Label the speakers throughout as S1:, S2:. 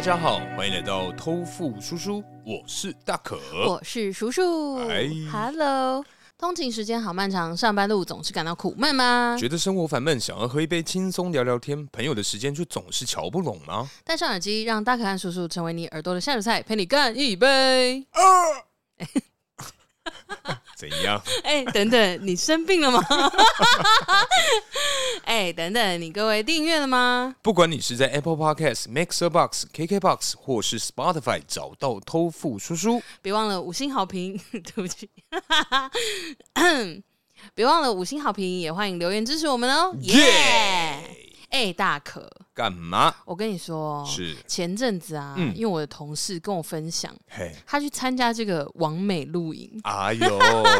S1: 家好，欢迎来到偷富叔叔，我是大可。
S2: 我是叔叔
S1: 哎
S2: ，Hello。通勤时间好漫长，上班路总是感到苦闷吗？
S1: 觉得生活烦闷，想要喝一杯轻松聊聊天，朋友的时间却总是瞧不拢吗？
S2: 戴上耳机，让大可汗叔叔成为你耳朵的下酒菜，陪你干 一杯。
S1: 怎样？
S2: 哎、等等，你生病了吗？ 哎、等等，你各位订阅了吗？
S1: 不管你是在 Apple Podcast、Mixer Box、KK Box 或是 Spotify 找到偷富叔叔，
S2: 别忘了五星好评， 对不起。 别忘了五星好评，也欢迎留言支持我们哦。耶、哎、大可，
S1: 干嘛？
S2: 我跟你说，
S1: 是
S2: 前阵子啊，
S1: 嗯
S2: 因为我的同事跟我分享，
S1: 嘿，
S2: 他去参加这个完美露营，
S1: 哎 呦，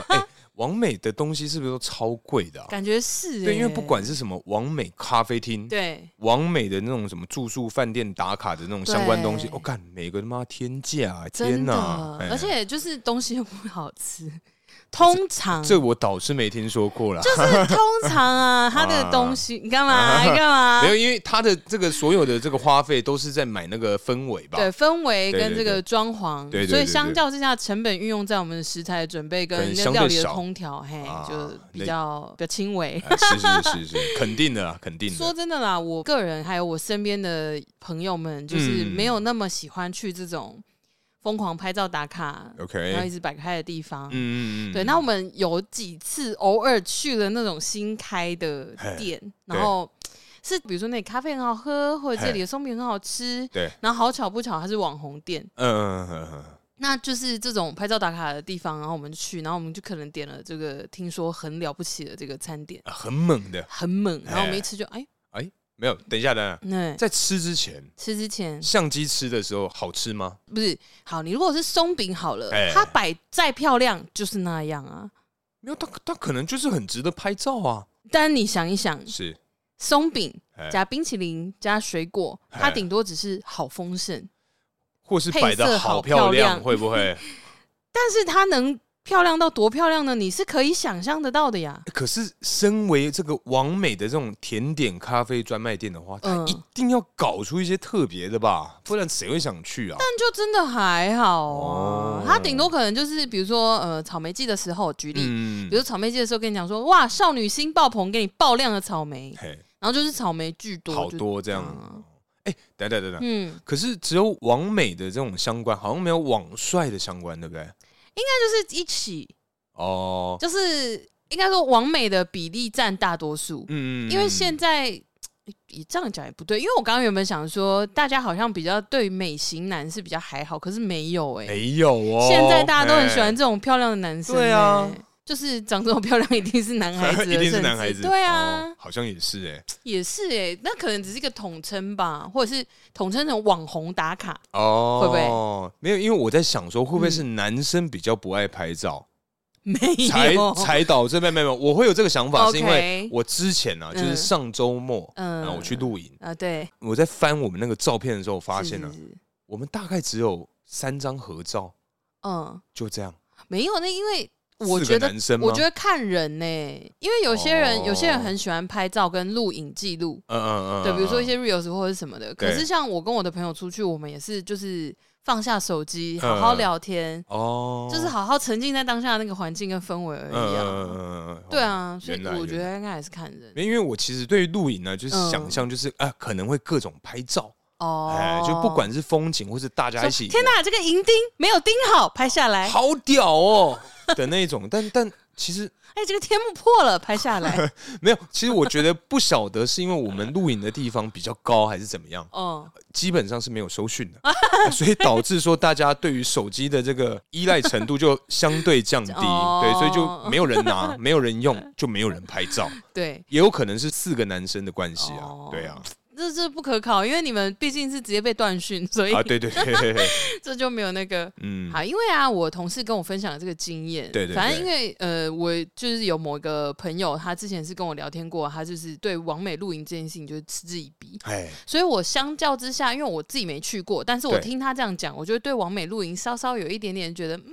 S1: 哎、王美的东西是不是都超贵的、啊？
S2: 感觉是、欸、
S1: 对，因为不管是什么王美咖啡厅，
S2: 对
S1: 完美的那种什么住宿饭店打卡的那种相关东西，
S2: 对
S1: 我看、干每个他妈天价、啊天
S2: 真的，
S1: 哪！哎
S2: 而且就是东西又不好吃， 通常
S1: 哎这我倒是没听说过啦。
S2: 就是通常啊，他的东 西你干嘛你干嘛
S1: 啊没？有，因为他的这个所有的这个花费都是在买那个氛围吧，
S2: 对氛围
S1: 对对
S2: 跟这个
S1: 对
S2: 装潢，
S1: 对对对
S2: 所以
S1: 对
S2: 相较之下，成本运用在我们的食材的准备
S1: 可
S2: 跟
S1: 能
S2: 那
S1: 相对
S2: 料理的
S1: 少
S2: 烹调，嘿
S1: 啊，
S2: 就比
S1: 那
S2: 较比较轻微。
S1: 哎是是是是， 肯定的啦，肯定
S2: 说
S1: 的。
S2: 真的啦，我个人还有我身边的朋友们，就是
S1: 嗯
S2: 没有那么喜欢去这种疯狂拍照打卡，然后一
S1: OK，
S2: 直摆开的地方。
S1: 哎嗯嗯嗯，
S2: 对，那我们有几次偶尔去了那种新开的店，然后是比如说那里咖啡很好喝，或者这里的松饼很好吃，
S1: 对，
S2: 然后好巧不巧它是网红店，
S1: 嗯嗯嗯嗯
S2: 那就是这种拍照打卡的地方，然后我们就去，然后我们就可能点了这个听说很了不起的这个餐点，
S1: 嗯，很猛的。
S2: 很猛，然后我们
S1: 哎
S2: 一吃就哎，
S1: 哎，没有，等一下，等一下，
S2: 那
S1: 在吃之前，
S2: 吃之前
S1: 相机吃的时候好吃吗？
S2: 不是好，你如果是松饼好了，
S1: 哎
S2: 它摆再漂亮就是那样啊。
S1: 没有，它它可能就是很值得拍照啊。
S2: 但你想一想，
S1: 是，
S2: 松饼
S1: 哎
S2: 加冰淇淋加水果，
S1: 哎
S2: 它顶多只是好丰盛，
S1: 或是
S2: 配
S1: 摆的
S2: 色
S1: 好
S2: 好
S1: 漂
S2: 漂
S1: 亮，
S2: 亮
S1: 会不会？
S2: 但是它能漂亮到多漂亮呢？你是可以想象得到的呀。
S1: 可是，身为这个王美的这种甜点咖啡专卖店的话，它
S2: 嗯
S1: 一定要搞出一些特别的吧，不然谁会想去啊？
S2: 但就真的还好啊
S1: 哦，
S2: 它顶多可能就是比如说呃草莓季的时候举例。
S1: 嗯
S2: 比如草莓季的时候，跟你讲说，哇，少女心爆棚，给你爆量的草莓，
S1: 嘿，
S2: 然后就是草莓巨多，
S1: 好
S2: 就
S1: 多这样。
S2: 啊
S1: 哎、等等等等，
S2: 嗯，
S1: 可是只有王美的这种相关，好像没有网帅的相关，对不对？
S2: 那就是一起，
S1: 哦，
S2: 就是应该说完美的比例占大多数，
S1: 嗯
S2: 因为现在。嘖也这样讲也不对，因为我刚刚原本想说，大家好像比较对美型男是比较还好，可是没有哎、
S1: 没有哦，
S2: 现在大家都很喜欢
S1: 嘿。
S2: 这种漂亮的男生、
S1: 对啊
S2: 哎，就是长这么漂亮一定是 男孩子的，
S1: 一定是
S2: 甚至
S1: 男孩子，
S2: 对啊，
S1: 哦好像也是哎、
S2: 也是哎、那可能只是一个统称吧，或者是统称成网红打卡，
S1: 哦，
S2: 会不
S1: 会？没有，因为我在想说，会不会
S2: 嗯
S1: 是男生比较不爱拍照，
S2: 没
S1: 才
S2: 有，
S1: 才导致没有没有没有，我会有这个想法，是
S2: 哦 OK
S1: 因为我之前啊，
S2: 嗯
S1: 就是上周末，
S2: 嗯
S1: 然后我去露营，
S2: 啊，对，
S1: 我在翻我们那个照片的时候，发现了
S2: 是是是
S1: 我们大概只有三张合照，
S2: 嗯，
S1: 就这样。
S2: 没有，那因为我
S1: 四
S2: 觉
S1: 个
S2: 得
S1: 男生吗？
S2: 我觉得看人呢、因为有些人、
S1: 哦
S2: 有些人很喜欢拍照跟录影记录，
S1: 嗯嗯嗯，
S2: 对，比如说一
S1: 嗯
S2: 些 reels 或者什么的。
S1: 对
S2: 可是像我跟我的朋友出去，我们也是就是放下手机，
S1: 嗯
S2: 好好聊天，
S1: 哦，
S2: 就是好好沉浸在当下的那个环境跟氛围而
S1: 嗯嗯
S2: 已啊。
S1: 嗯嗯嗯，
S2: 对啊，所以
S1: 原来
S2: 我觉
S1: 原
S2: 得应该还是看人
S1: 因为我其实对于露营呢，就是
S2: 嗯
S1: 想象就是啊，可能会各种拍照，
S2: 哦、
S1: 哎，就不管是风景或是大家
S2: 说
S1: 一起，
S2: 天哪，这个银钉没有钉好，拍下来。
S1: 好屌哦的那一种，但但其实
S2: 哎，这个天幕破了，拍下 来。
S1: 没有，其实我觉得不晓得是因为我们露营的地方比较高还是怎么样，
S2: 哦，
S1: 基本上是没有收讯 的，所以导致说大家对于手机的这个依赖程度就相对降低，
S2: 哦
S1: 对，所以就没有人拿，没有人用，就没有人拍照，
S2: 对，
S1: 也有可能是四个男生的关系啊，
S2: 哦
S1: 对啊，
S2: 这这不可考，因为你们毕竟是直接被断讯，所以
S1: 啊，对对对对对，
S2: 这就没有那个。
S1: 嗯，
S2: 好，因为啊，我同事跟我分享了这个经验，
S1: 对对
S2: 反
S1: 对
S2: 正因为呃，我就是有某一个朋友，他之前是跟我聊天过，他就是对完美露营这件事情就是嗤之以鼻，
S1: 哎，
S2: 所以我相较之下，因为我自己没去过，但是我
S1: 对
S2: 听他这样讲，我就对完美露营稍稍有一点点觉得，嗯，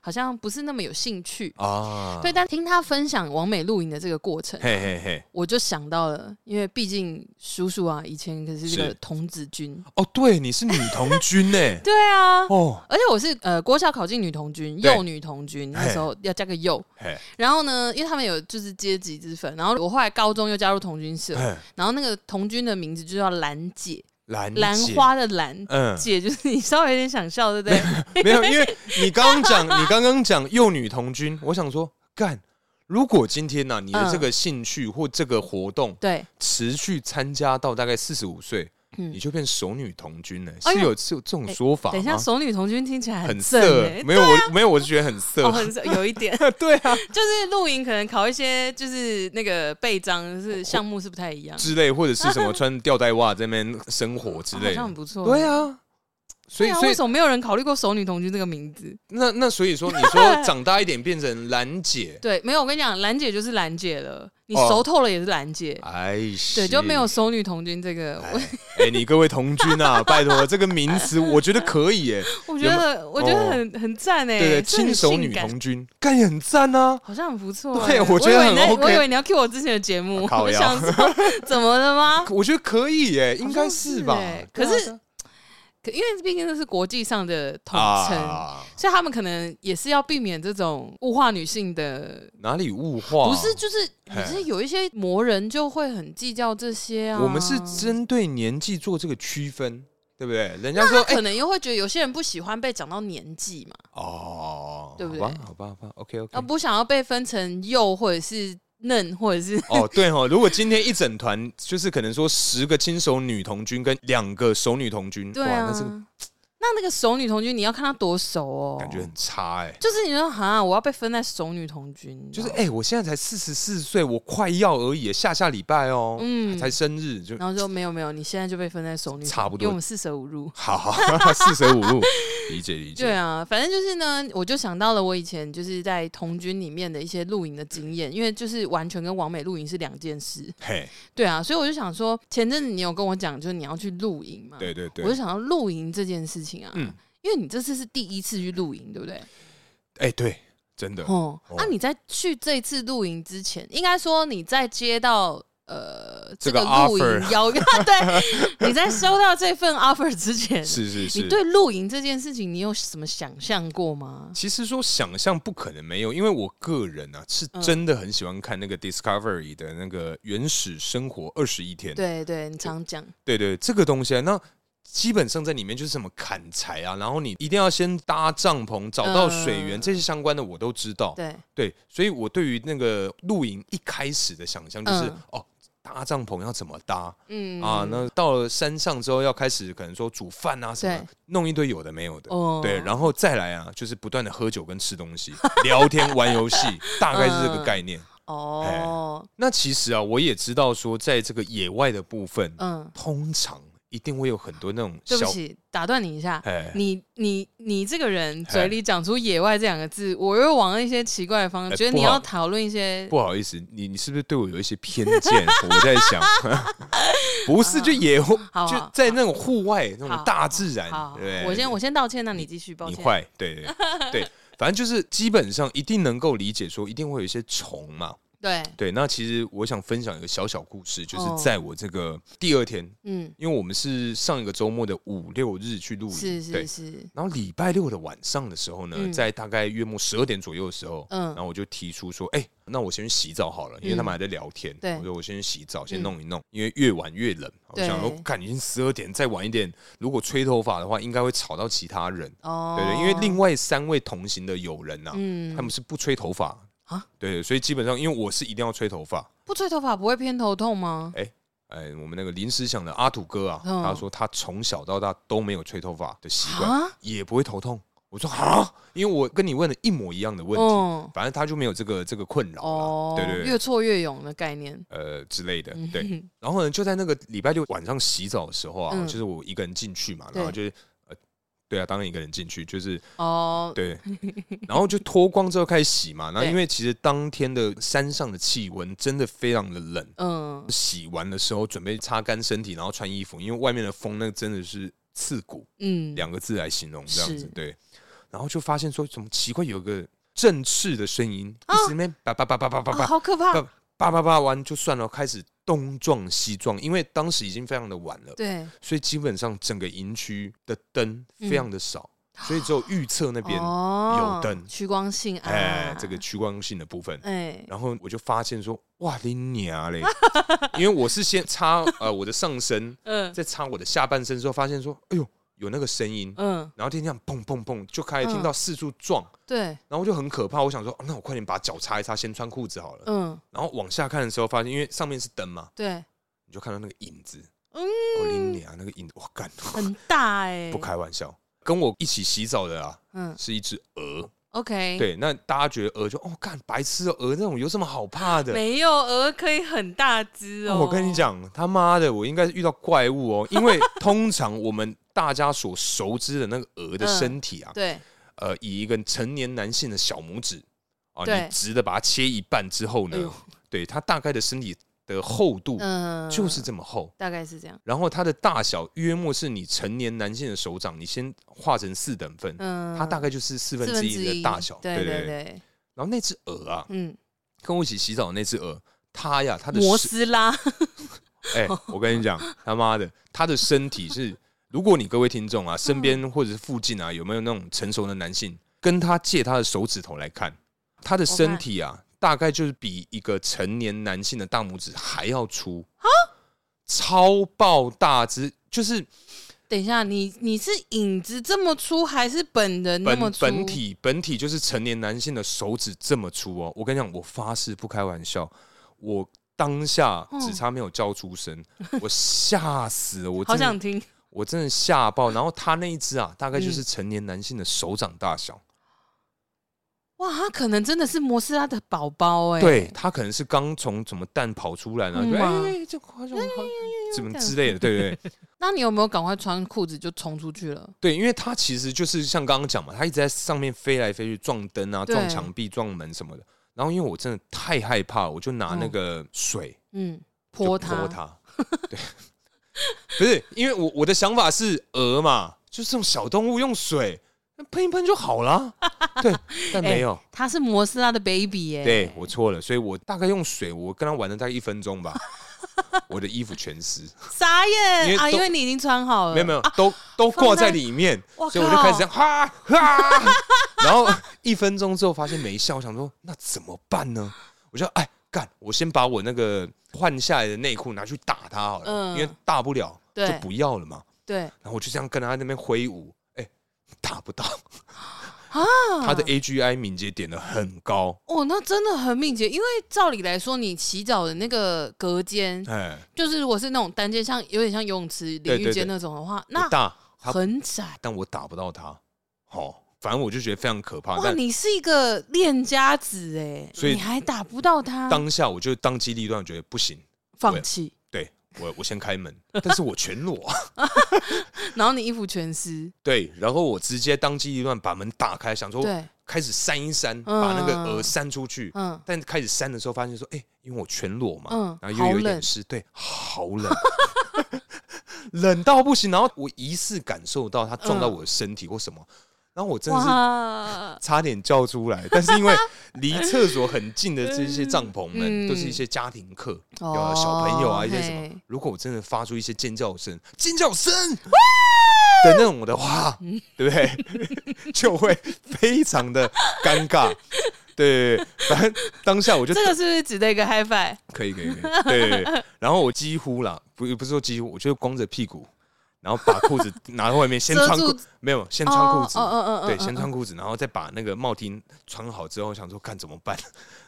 S2: 好像不是那么有兴趣。
S1: 啊，
S2: 对，但听他分享王美露营的这个过程，
S1: 嘿嘿嘿，
S2: 我就想到了，因为毕竟叔叔啊，以前可是这个
S1: 是
S2: 童子军，
S1: 哦，对，你是女童军呢、
S2: 对啊，
S1: 哦，
S2: 而且我是呃国小考进女童军，
S1: 对
S2: 幼女童军，那时候要加个幼。
S1: 嘿，
S2: 然后呢，因为他们有就是阶级之分，然后我后来高中又加入童军社，
S1: 嘿
S2: 然后那个童军的名字就叫兰姐，
S1: 兰
S2: 兰
S1: 姐，
S2: 花的兰。
S1: 嗯，
S2: 姐就是你稍微有点想笑，对不对？
S1: 没有，因为你刚刚 讲，你刚刚讲幼女童军，我想说，干，如果今天呢、你的这个兴趣或这个活动
S2: 对，
S1: 持续参加到大概四十五岁，
S2: 嗯
S1: 你就变熟女童军了，
S2: 哎
S1: 是
S2: 呦
S1: 有是有这种说法
S2: 等一下，
S1: 吗？
S2: 熟女童军听起来
S1: 啊很
S2: 正
S1: 色
S2: 哎，、
S1: 没有我没有，我是觉得很色
S2: 哦，，很色，有一点
S1: 对啊
S2: 就是露营可能考一些就是那个背章是项目是不太一样，
S1: 之类，或者是什么穿吊带袜在那边生活之
S2: 哦好
S1: 类
S2: 像很
S1: 的，
S2: 不错。
S1: 对，啊。所
S2: 对
S1: 以，
S2: 啊，
S1: 所以
S2: 为什么没有人考虑过熟女童军这个名字？
S1: 那那所以说，你说长大一点变成兰姐，
S2: 对，没有，我跟你讲，兰姐就是兰姐了，你
S1: 哦
S2: 熟透了也是兰姐，
S1: 哎，
S2: 对，
S1: 是
S2: 就没有。熟女童军这个，
S1: 哎，哎你各位同军 啊，拜托，这个名词我觉得可以耶，
S2: 我我觉得我觉得很、很赞哎、
S1: 哦对对，
S2: 这很
S1: 亲手
S2: 性
S1: 女
S2: 感
S1: 同军，干也很赞啊。
S2: 好像很不错哎、
S1: 对我觉得
S2: 以为你在
S1: 很 OK 啊
S2: 我以为你要 cue 我之前的节目，
S1: 靠
S2: 我
S1: 腰
S2: 想说怎么了吗？
S1: 我觉得可以耶，应该吧
S2: 好哦像是耶？
S1: 对啊
S2: 可是可因为毕竟这是国际上的统称。
S1: 啊，
S2: 所以他们可能也是要避免这种物化女性的，
S1: 哪里物化？
S2: 不是就是，
S1: 嘿
S2: 可是有一些魔人就会很计较这些啊。
S1: 我们是针对年纪做这个区分，对不对？人家说，哎，
S2: 可能又会觉得有些人不喜欢被讲到年纪嘛，
S1: 哦，
S2: 对不对
S1: 好吧，好吧，好吧，OK
S2: 啊，
S1: OK。
S2: 不想要被分成幼或者是嫩或者是
S1: 哦，对哦，如果今天一整团就是可能说十个亲手女童军跟两个熟女童军，
S2: 对
S1: 哇，
S2: 啊
S1: 那这个。
S2: 那那个熟女童军，你要看她多熟哦，
S1: 感觉很差哎、
S2: 就是你说哈，我要被分在熟女童军，
S1: 就是哎、我现在才四十四岁，我快要而已，下下礼拜哦，
S2: 嗯
S1: 才生日就
S2: 然后说没有没有，你现在就被分在熟女童，
S1: 差不多
S2: 因为我们四舍五入。
S1: 好好四舍五 入，理解理解。
S2: 对啊，反正就是呢，我就想到了我以前就是在童军里面的一些露营的经验，因为就是完全跟王美露营是两件事。
S1: 嘿，
S2: 对啊，所以我就想说，前阵子你有跟我讲，就是你要去露营嘛，
S1: 对对对
S2: 我就，想到露营这件事情啊，
S1: 嗯
S2: 因为你这次是第一次去露营，对不对？
S1: 哎、对，真的，
S2: 哦，
S1: 哦
S2: 那、你在去这次露营之前，应该说你在接到呃
S1: 这
S2: 个
S1: 个
S2: 露
S1: offer
S2: 营邀约， 对，你在收到这份 offer 之前，
S1: 是是
S2: 你
S1: 是。
S2: 对露营这件事情，你有什么想象过吗？
S1: 其实说想象不可能没有，因为我个人啊是
S2: 嗯
S1: 真的很喜欢看那个 Discovery 的那个原始生活二十一天。
S2: 对对，你常讲，
S1: 对对，这个东西啊，那基本上在里面就是什么砍柴啊，然后你一定要先搭帐篷，找到水源、
S2: 嗯
S1: 这些相关的我都知道。
S2: 对，
S1: 对，所以我对于那个露营一开始的想象就是，
S2: 嗯
S1: 哦，搭帐篷要怎么搭、
S2: 嗯
S1: 啊？那到了山上之后，要开始可能说煮饭啊什么
S2: 对，
S1: 弄一堆有的没有的。
S2: 哦
S1: 对，然后再来啊，就是不断的喝酒跟吃东西、聊天、玩游戏，大概是这
S2: 嗯
S1: 个概念。
S2: 哦，
S1: 那其实啊，我也知道说，在这个野外的部分，
S2: 嗯，
S1: 通常一定会有很多那种
S2: 对不
S1: 小，
S2: 起，打断你一下。
S1: 哎，
S2: 你你你这个人
S1: 嘿
S2: 嘴里讲出“野外”这两个字，我又往一些奇怪的方
S1: 哎
S2: 向，觉得
S1: 不
S2: 你要
S1: 好
S2: 讨论一些
S1: 不好意思，你你是不是对我有一些偏见？ 我在 想，不是就野后
S2: 好 啊
S1: 就在那种户外那
S2: 好
S1: 种大自然
S2: 好，好，
S1: 对，
S2: 我先我先道歉，那你继续，抱
S1: 你
S2: 歉。
S1: 坏，对对对对，反正就是基本上一定能够理解，说一定会有一些虫嘛。
S2: 对，
S1: 对，那其实我想分享一个小小故事，就
S2: 哦
S1: 是在我这个第二天，
S2: 嗯，
S1: 因为我们是上一个周末的五六日去露营，
S2: 是是
S1: 对。
S2: 是，
S1: 然后礼拜六的晚上的时候呢，
S2: 嗯
S1: 在大概约莫十二点左右的时候，
S2: 嗯
S1: 然后我就提出说，哎、那我先去洗澡好了，因为他们还在聊天。
S2: 对嗯
S1: 我说我先去洗澡，先弄一弄，因为越晚越冷。我
S2: 对
S1: 想说，感觉十二点再晚一点，如果吹头发的话，应该会吵到其他人。
S2: 哦，
S1: 对对，因为另外三位同行的友人呐、啊他
S2: 嗯，
S1: 们是不吹头发
S2: 啊。
S1: 对对，所以基本上因为我是一定要吹头发。
S2: 不吹头发不会偏头痛吗？
S1: 哎，我们那个临时想的阿土哥啊，
S2: 嗯
S1: 他说他从小到大都没有吹头发的哎习惯，
S2: 啊，
S1: 也不会头痛。我说啊，因为我跟你问的一模一样的问题，
S2: 嗯，
S1: 反正他就没有这个这个困扰了，，
S2: 哦
S1: 对对
S2: 越
S1: 对，
S2: 挫越勇的概念。
S1: 呃之类的，
S2: 嗯
S1: 对。，然后呢，就在那个礼拜六晚上洗澡的时候啊，
S2: 嗯
S1: 就是我一个人进去嘛，
S2: 对
S1: 然后就是呃，对啊，当然一个人进去 就是
S2: 哦，
S1: 对，然后就脱光之后开始洗嘛，然后
S2: 对
S1: 因为其实当天的山上的气温真的非常的冷，
S2: 嗯，
S1: 洗完的时候准备擦干身体，然后穿衣服，因为外面的风那真的是刺骨
S2: 嗯，
S1: 两个字来形容这样
S2: 是
S1: 子，对。然后就发现说，怎么奇怪有个振翅的声音，
S2: 啊
S1: 一直在那边叭叭叭叭叭叭
S2: 哦
S1: 叭
S2: 好可怕
S1: 爸。叭叭叭完就算了，开始东撞西撞，因为当时已经非常的晚了，
S2: 对，
S1: 所以基本上整个营区的灯非常的少，所以只有预测那边，
S2: 嗯哦
S1: 有灯
S2: 趋光性啊，
S1: 哎、这个趋光性的部分。
S2: 哎，
S1: 然后我就发现说，哇，你娘 嘞！因为我是先擦呃我的上身，
S2: 嗯
S1: 在擦我的下半身之后，发现说，哎呦，有那个声音，
S2: 嗯，
S1: 然后天这样砰砰砰，就开始听
S2: 嗯
S1: 到四处撞，
S2: 对，
S1: 然后就很可怕。我想说，哦那我快点把脚擦一擦，先穿裤子好了。
S2: 嗯
S1: 然后往下看的时候，发现因为上面是灯嘛，
S2: 对，
S1: 你就看到那个影子，
S2: 嗯
S1: 我林你啊，那个影子，我干，
S2: 很大哎，
S1: 不开玩笑。跟我一起洗澡的啊，
S2: 嗯
S1: 是一只鹅。
S2: ，OK，，
S1: 对，那大家觉得鹅就哦，干白痴哦，鹅那种有什么好怕的？
S2: 没有鹅可以很大只哦。
S1: 我跟你，讲，他妈的，我应该是遇到怪物哦，因 为通常我们大家所熟知的那个鹅的
S2: 嗯
S1: 身体啊，
S2: 对，
S1: 呃，以一个成年男性的小拇指啊，
S2: 对
S1: 你直的把它切一半之后呢，
S2: 哎呦
S1: 对它大概的身体的厚度
S2: 嗯，
S1: 就是这么厚，
S2: 大概是这样，
S1: 然后它的大小约莫是你成年男性的手掌，你先划成四等份，
S2: 嗯，
S1: 它大概就是四分之一的大小，
S2: 对
S1: 对
S2: 对对，
S1: 然后那只鹅啊，
S2: 嗯，
S1: 跟我一起洗澡的那只鹅，它呀，它的
S2: 摩
S1: 身
S2: 斯拉，
S1: 哎、 我跟你讲，他妈的，他的身体是，如果你各位听众啊，身边或者是附近啊，有没有那种成熟的男性，跟他借他的手指头来看，他的身体啊，大概就是比一个成年男性的大拇指还要粗超爆大只，就是
S2: 等一下，你你是影子这么粗，还是本人那
S1: 本
S2: 么粗？
S1: 本体本体就是成年男性的手指这么粗哦。我跟你讲，我发誓不开玩笑，我。当下
S2: 嗯
S1: 只差没有叫出声，我吓死了！我
S2: 好
S1: 真的
S2: 想嗯听，
S1: 我真的吓爆。然后他那一只啊，大概就是成年男性的手掌大小，
S2: 哇，他可能真的是摩斯拉的宝宝哎，
S1: 对，他可能是刚从什么蛋跑出来呢，
S2: 嗯
S1: 就
S2: 啊
S1: 哎、这夸张，
S2: 哎
S1: 怎么之 类的，对不对？
S2: 那你有没有赶快穿裤子就冲出去了？
S1: 对，因为他其实就是像刚刚讲嘛，他一直在上面飞来飞去，撞灯啊，
S2: 对
S1: 撞墙壁、撞门什么的。然后因为我真的太害怕了，我就拿那个水
S2: 嗯，
S1: 就
S2: 泼他，
S1: 泼它，对， 不是因为我我的想法是鹅嘛，就是这种小动物用水喷一喷就好啦。对， 但没有。
S2: 他是摩斯拉的 baby 耶、
S1: 对我错了，所以我大概用水，我跟他玩了大概一分钟吧，我的衣服全湿，
S2: 傻眼
S1: 因为
S2: 啊！
S1: 都
S2: 因为你已经穿好了，
S1: 没有没有，都都
S2: 啊放
S1: 挂在
S2: 在
S1: 里面，
S2: 哇
S1: 所以我就开始这
S2: 靠
S1: 样哈 哈，然后一分钟之后发现没效，我想说那怎么办呢？我就哎干，我先把我那个换下来的内裤拿去打他好了，因为
S2: 嗯
S1: 大不了就
S2: 对
S1: 不要了嘛。
S2: 对
S1: 然后我就这样跟他那边挥舞，哎，打不到，
S2: 啊，
S1: 他的 AGI 敏捷点的很高，
S2: 哦，那真的很敏捷，因为照理来说，你洗澡的那个隔间，
S1: 哎，
S2: 就是如果是那种单间，像有点像游泳池
S1: 对对
S2: 淋浴
S1: 对
S2: 间那种的话，
S1: 不大，
S2: 那
S1: 他
S2: 很窄。
S1: 但我打不到他。好、反正我就觉得非常可怕。
S2: 哇，
S1: 但
S2: 你是一个练家子哎，
S1: 所以
S2: 你还打不到他，
S1: 当下我就当机立断，觉得不行，
S2: 放弃，
S1: 对我我先开门， 但是我全裸，啊
S2: 然后你衣服全湿，
S1: 对，然后我直接当机立断把门打开，想说
S2: 对，
S1: 开始扇一扇，
S2: 嗯
S1: 把那个鹅扇出去。
S2: 嗯，
S1: 但开始扇的时候，发现说，哎、因为我全裸嘛，
S2: 嗯
S1: 然后又有一
S2: 好
S1: 点
S2: 冷
S1: 湿，对，好冷， 冷到不行。然后我疑似感受到它撞到我的身体或什么，然后我真的是
S2: 嗯哇，
S1: 差点叫出来，但是因为 离厕所很近的这些帐篷们，
S2: 嗯
S1: 都是一些家庭客，
S2: 哦
S1: 有小朋友啊，一些什么
S2: 嘿。
S1: 如果我真的发出一些尖叫声、尖叫声的那种的话，对不对？ 就会非常的尴尬。对，反正当下我就
S2: 这个是不是只得一个 high five？
S1: 可以可以可以，对。然后我几乎啦，不不是说几乎，我就光着屁股，然后把裤子拿到外面，先
S2: 遮
S1: 穿
S2: 住
S1: 裤，没有，先穿裤子，
S2: 哦哦哦哦
S1: 对，
S2: 哦
S1: 先穿裤子，然后再把那个帽 T 穿好之后，想说看怎么办，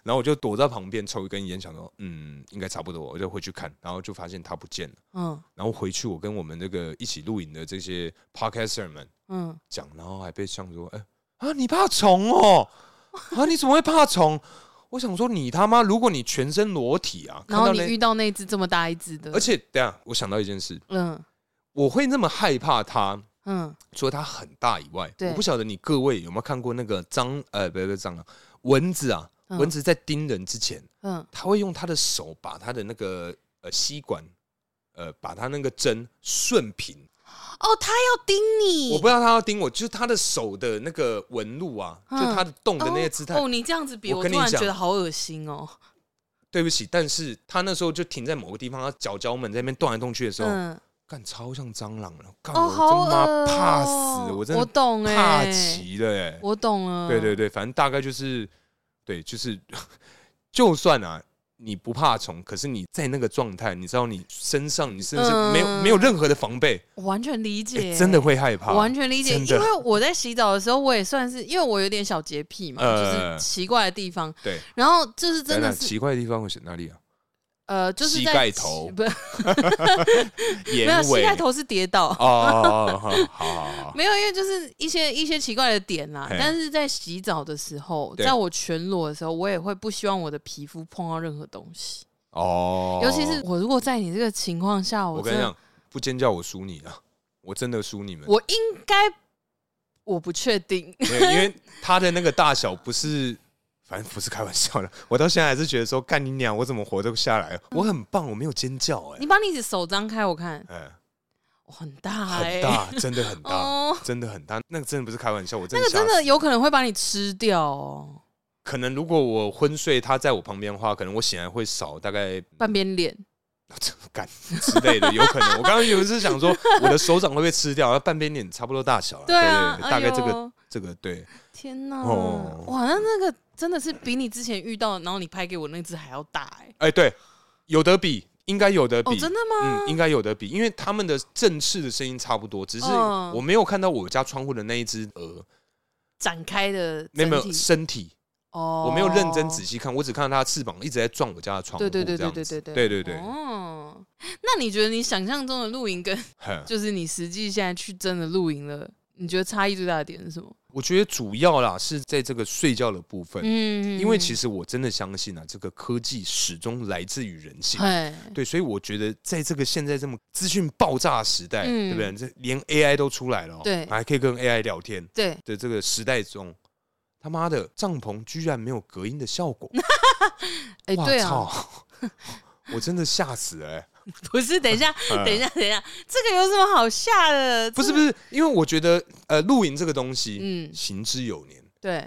S1: 然后我就躲在旁边抽一根烟，想说嗯，应该差不多，我就回去看，然后就发现他不见了。
S2: 嗯
S1: 然后回去，我跟我们那个一起录影的这些 podcaster 们
S2: 嗯，
S1: 讲，然后还被像说，哎、啊，你怕虫哦，啊，你怎么会怕虫？我想说你他妈，如果你全身裸体啊，看
S2: 然后
S1: 到
S2: 你
S1: 那
S2: 遇到那只这么大一只的，
S1: 而且，等一下我想到一件事，
S2: 嗯
S1: 我会那么害怕它，
S2: 嗯，
S1: 除了它很大以外，
S2: 对
S1: 我不晓得你各位有没有看过那个蟑呃，不是不是蟑螂，蚊子啊，
S2: 嗯
S1: 蚊子在叮人之前，
S2: 嗯，
S1: 它会用它的手把它的那个呃吸管，呃，把它那个针顺平，
S2: 哦，他要盯你，
S1: 我不知道他要盯我，就是他的手的那个纹路啊，就
S2: 嗯
S1: 他的动的那些姿态
S2: 哦。。哦，你这样子比
S1: 我
S2: 我
S1: 跟
S2: 突
S1: 你
S2: 然
S1: 讲
S2: 觉得好恶心哦。
S1: 对不起，但是他那时候就停在某个地方，他脚脚们在那边动来动去的时候，
S2: 嗯，
S1: 干超像蟑螂了，干
S2: 哦，
S1: 我
S2: 好
S1: 真
S2: 恶
S1: 妈
S2: 哦
S1: 怕死，我真
S2: 我
S1: 的
S2: 懂哎，
S1: 怕极了哎。
S2: 我懂了。
S1: 对对对，反正大概就是，对，就是 就算啊。你不怕虫，可是你在那个状态，你知道你身上你甚至没有、
S2: 嗯
S1: 没有任何的防备，
S2: 我完全理
S1: 哎
S2: 解，
S1: 真的会害怕。
S2: 我完全理解，
S1: 真的
S2: 因为我在洗澡的时候，我也算是，因为我有点小洁癖嘛，
S1: 呃
S2: 就是奇怪的地方。
S1: 对，
S2: 然后就是真
S1: 等
S2: 的
S1: 等
S2: 是，
S1: 奇怪的地方会是哪里啊？
S2: 呃，就是
S1: 膝
S2: 在
S1: 盖头
S2: 不
S1: 眼
S2: 没有
S1: 尾
S2: 膝盖头是跌倒，
S1: 哦哦，哦好好好，
S2: 没有，因为就是一些一些奇怪的点啦
S1: 嘿。
S2: 但是在洗澡的时候，
S1: 对
S2: 在我全裸的时候，我也会不希望我的皮肤碰到任何东西，
S1: 哦，
S2: 尤其是我如果在你这个情况下，
S1: 我
S2: 真
S1: 跟你
S2: 的
S1: 讲，不尖叫我输你啊，我真的输你们，
S2: 我应该我不确 定，
S1: 没有因为他的那个大小不是。反正不是开玩笑的，我到现在还是觉得说，干你娘，我怎么活得下来？我很棒，我没有尖叫、
S2: 你把你的手张开，我看
S1: 哎，
S2: 哦很大
S1: 哎，
S2: 哎、
S1: 很大， 真的很大，
S2: 哦。
S1: 真的很大，那个真的不是开玩笑，我真的
S2: 那个
S1: 吓死。
S2: 真的有可能会把你吃掉哦，
S1: 可能如果我昏睡，他在我旁边的话，可能我显然会少大概
S2: 半边脸。
S1: 嗯干之类的，有可能。我刚刚有一次想说，我的手掌会被吃掉，半边脸差不多大小了，
S2: 对啊，
S1: 对对大概这
S2: 哎
S1: 个
S2: 呦
S1: 这个对，
S2: 天哪，
S1: 哦
S2: 哇，那那个真的是比你之前遇到，然后你拍给我那只还要大哎、
S1: 哎对，有得比，应该有得
S2: 哦，
S1: 比，
S2: 真的吗？
S1: 嗯，应该有得比，因为他们的正式的声音差不多，只是
S2: 嗯
S1: 我没有看到我家窗户的那一只鹅，
S2: 展开的
S1: 没有没
S2: 整
S1: 有
S2: 体
S1: 身体，
S2: 哦，
S1: 我没有认真仔细看，我只看到它的翅膀一直在撞我家的窗户，
S2: 对对对
S1: 这
S2: 对
S1: 样
S2: 对
S1: 子
S2: 对
S1: 对
S2: 对
S1: 对对，
S2: 哦，那你觉得你想象中的露营跟
S1: 哼
S2: 就是你实际现在去真的露营了，你觉得差异最大的点是什么？
S1: 我觉得主要啦是在这个睡觉的部分，
S2: 嗯
S1: 因为其
S2: 实
S1: 实我真的相信啊，这个科技始终来自于人性。
S2: 哎，
S1: 对，所以我觉得在这个现在这么资讯爆炸的时代，
S2: 嗯
S1: 对不对？这连 AI 都出来了、哦，
S2: 对
S1: 还可以跟 AI 聊天
S2: 对，
S1: 的这个时代中，他妈的帐篷居然没有隔音的效果，
S2: 哎
S1: 哇
S2: 对啊，
S1: 操！ 我真的吓死了、欸！
S2: 不是，等一 下，
S1: 呃
S2: 等一下，等一下，这个有什么好吓的？
S1: 不是
S2: 这
S1: 不是，因为我觉得呃，露营这个东西、
S2: 嗯，
S1: 行之有年，
S2: 对，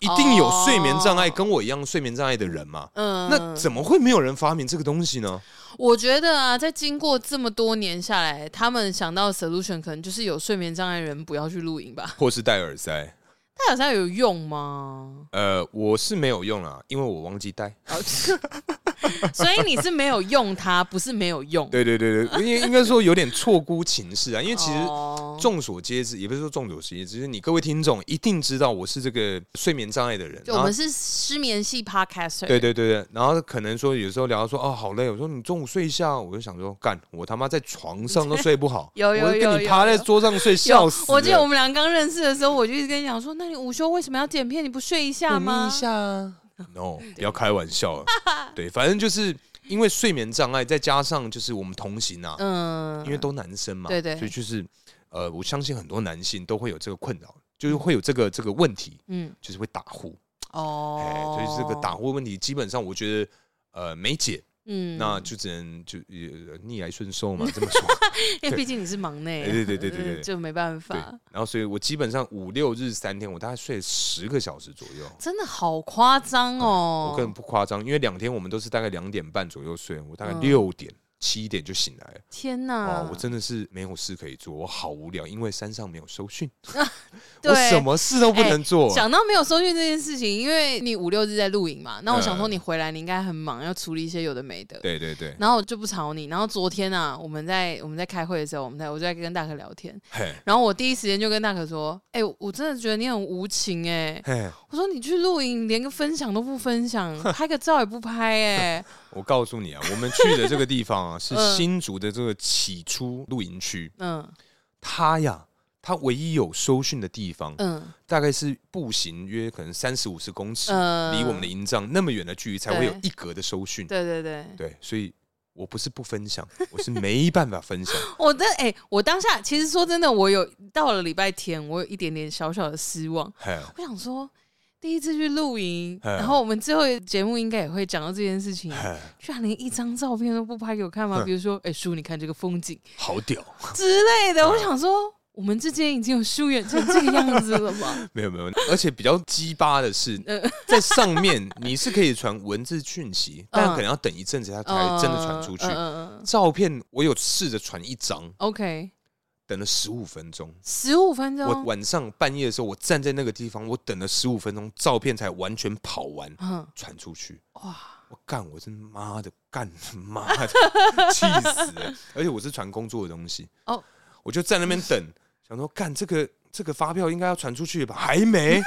S1: 一定有睡眠障碍
S2: 哦
S1: 跟我一样睡眠障碍的人嘛。
S2: 嗯，
S1: 那怎么会没有人发明这个东西呢？
S2: 我觉得啊，在经过这么多年下来，他们想到的 solution 可能就是有睡眠障碍的人不要去露营吧？
S1: 或是戴耳塞？
S2: 戴耳塞有用 吗？
S1: 呃，我是没有用啦，因为我忘记戴。
S2: 哦所以你是没有用它，不是没有用。
S1: 对对对对，因为应该说有点错估情势 啊，因为其实
S2: 哦
S1: 众所皆知，也不是说众所皆知，就是你各位听众一定知道我是这个睡眠障碍的人，啊
S2: 就我们是失眠系 podcaster，，
S1: 对对对对，然后可能说有时候聊到说哦好累，我说你中午睡一下，哦我就想说干我他妈在床上都睡不好
S2: 有有
S1: 我就
S2: 有
S1: 跟你趴
S2: 有
S1: 在
S2: 有
S1: 桌上睡，
S2: 有
S1: 笑死了。
S2: 我记得我们俩刚认识的时候，我就一直跟你讲说，那你午休为什么要剪片？你不睡一下
S1: 我眯
S2: 吗
S1: 一？下啊，no，不要开玩 笑了。对，反正就是因为睡眠障碍，再加上就是我们同行啊，
S2: 嗯，
S1: 因为都男生嘛，
S2: 对对
S1: 所以就是呃，我相信很多男性都会有这个困扰，就是会有这个这个问题，
S2: 嗯
S1: 就是会打呼，哎、
S2: 哦，
S1: 所以这个打呼问题基本上我觉得呃没解，
S2: 嗯，
S1: 那就只能就呃逆来顺受嘛，这 么说，
S2: 因为毕竟你是忙内啊，
S1: 哎对对对对对
S2: 呃就没办
S1: 对
S2: 法。。
S1: 然后所以我基本上五六日三天，我大概睡十个小时左右。
S2: 真的好夸张哦！
S1: 嗯我根本不夸张，因为两天我们都是大概两点半左右睡，我大概
S2: 嗯
S1: 六点、七、点就醒来了。
S2: 天哪！
S1: 哦，我真的是没有事可以做，我好无聊，因为山上没有收讯，
S2: 对哎
S1: 我什么啊事都不能做。
S2: 想到没有收据这件事情，因为你五六日在露营嘛，那我想说
S1: 嗯
S2: 你回来你应该很忙，要处理一些有的没的。
S1: 对对对，
S2: 然后我就不吵你。然后昨天啊，我们在我们在开会的时候，我们在我就在跟大可聊天。
S1: 嘿，
S2: 然后我第一时间就跟大可说：“哎、我真的觉得你很无情哎、
S1: 嘿，
S2: 我说你去露营连个分享都不 分享，拍个照也不拍哎、
S1: 我告诉你啊，我们去的这个地方 啊，是
S2: 嗯
S1: 新竹的这个起初露营区，
S2: 嗯
S1: 它呀。它唯一有收讯的地方，
S2: 嗯
S1: 大概是步行约可能三十五十公尺，
S2: 嗯，
S1: 离我们的营帐那么远的距离才会有
S2: 对
S1: 一格的收讯。
S2: 对对对，
S1: 对，所以我不是不分享，我是没办法分享。
S2: 我的哎、我当下其 实说真的，我有到了礼拜天，我有一点点小小的失望。
S1: 嘿，
S2: 我想说，第一次去露营，
S1: 哎
S2: 然后我们最后一个节目应该也会讲到这件事情，
S1: 哎
S2: 居然连一张照片都不拍给我看吗？
S1: 哼
S2: 比如说，哎、叔，你看这个风景
S1: 好屌！
S2: 之类
S1: 嗯
S2: 的，我想说。我们之间已经有疏远成这个样子了 吗？
S1: 没有没有，而且比较鸡巴的是，
S2: 嗯
S1: 在上面你是可以传文字讯息，但可能要等一阵子它才真的传出去
S2: 嗯。嗯嗯嗯
S1: 照片我有试着传一张，
S2: OK，
S1: 等了十五分钟。
S2: 十五分
S1: 我
S2: 钟，
S1: 晚上半夜的时候，我站在那个地方，我等了十五分钟，照片才完全跑完
S2: 嗯，
S1: 传出去。
S2: 哇，
S1: 我干，我真妈的干妈 的气死了！而且我是传工作的东西
S2: 哦
S1: 哦，我就在那边 等，想说干这个这个发票应该要传出去吧，还 没，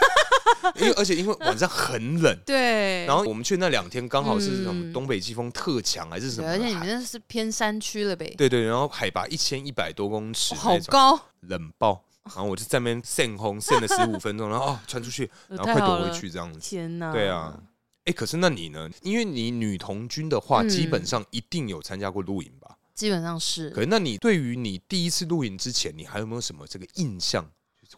S1: 因为而且因为晚上很冷。
S2: 对，
S1: 然后我们去那两天刚好是什
S2: 嗯
S1: 么东北季风特强还是什
S2: 对
S1: 么
S2: 而且你们
S1: 海？
S2: 那是偏山区了呗，
S1: 对对，然后海拔一千一百多公尺，
S2: 好，高，
S1: 冷爆。然后我就在那边扇红，扇了十五分钟，然后哦传出 去，然后
S2: 呃太
S1: 快
S2: 好
S1: 躲
S2: 了
S1: 回，去这样子。
S2: 天哪，
S1: 对啊，，哎，可是那你呢？因为你女童军的话，
S2: 嗯
S1: 基本上一定有参加过露营吧？
S2: 基本上是
S1: 可，是那你对于你第一次露营之前，你还有没有什么这个印象，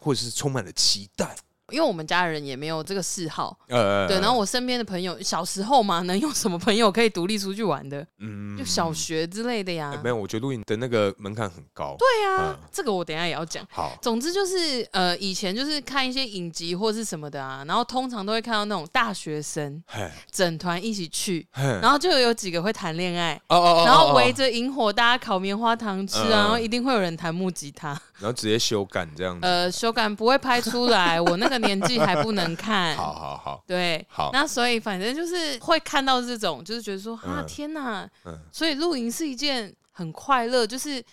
S1: 或者是充满了期待？
S2: 因为我们家人也没有这个嗜好，
S1: 呃，
S2: 对，然后我身边的朋友，小时候嘛，能有什么朋友可以独立出去玩的？
S1: 嗯
S2: 就小学之类的
S1: 哎
S2: 呀。
S1: 没有，我觉得露营的那个门槛很高。对，
S2: 对啊
S1: 嗯，
S2: 这个我等一下也要讲。
S1: 好，
S2: 总之就是，呃，以前就是看一些影集或是什么的啊，然后通常都会看到那种大学生
S1: 嘿，
S2: 整团一起去，
S1: 嘿，然
S2: 然后就有几个会谈恋爱，
S1: 哦嗯哦，哦
S2: 然后围，
S1: 哦
S2: 着萤火，大家烤棉花糖吃啊，
S1: 嗯
S2: 然后一定会有人弹木吉他。
S1: 然后直接修改这样子。
S2: 呃，手感不会拍出来，我那个年纪还不能看。
S1: 好好好，
S2: 对，
S1: 好
S2: 那所以反正就是会看到这种，就是觉得说啊，
S1: 嗯
S2: 天哪！
S1: 嗯
S2: 所以露营是一件很快乐，就是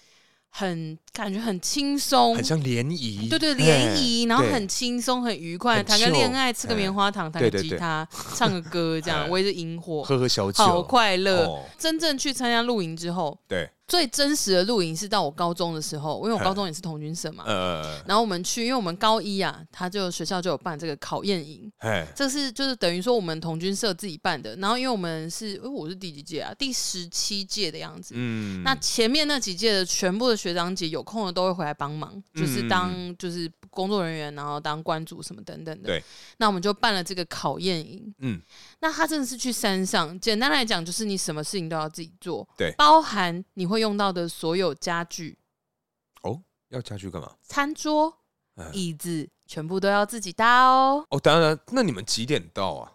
S2: 很感觉很轻松
S1: 很，像联谊，
S2: 对对，
S1: 哎
S2: 联谊，然后
S1: 对
S2: 很轻松、很愉快，
S1: 很
S2: 谈个
S1: chill，
S2: 恋爱，吃个
S1: 哎
S2: 棉花糖，弹
S1: 对
S2: 个
S1: 对
S2: 吉
S1: 对
S2: 他，唱个 歌，这样
S1: 哎
S2: 围着萤火，
S1: 喝喝小酒，
S2: 好快乐。
S1: 哦
S2: 真正去参加露营之后，
S1: 对，
S2: 最真实的露营是到我高中的时候，因为我
S1: 哎
S2: 高中也是童军社嘛，
S1: 呃，
S2: 然后我们去，因为我们高一啊，他就学校就有办这个考验营，
S1: 嘿，
S2: 这是就是等于说我们童军社自己办的。然后因为我们是，哎我是第几届啊？第十七届的样子。
S1: 嗯，
S2: 那前面那几届的全部的学长姐有空的都会回来帮忙，
S1: 嗯
S2: 就是当就是工作人员，然后当关主什么等等的。
S1: 对，
S2: 那我们就办了这个考验营。
S1: 嗯，
S2: 那他真的是去山上，简单来讲就是你什么事情都要自己做，
S1: 对
S2: 包含你会用到的所有家具、
S1: 哦，要家具干嘛？
S2: 餐桌
S1: 嗯、
S2: 椅子，全部都要自己搭哦。
S1: 哦，当然，那你们几点到啊？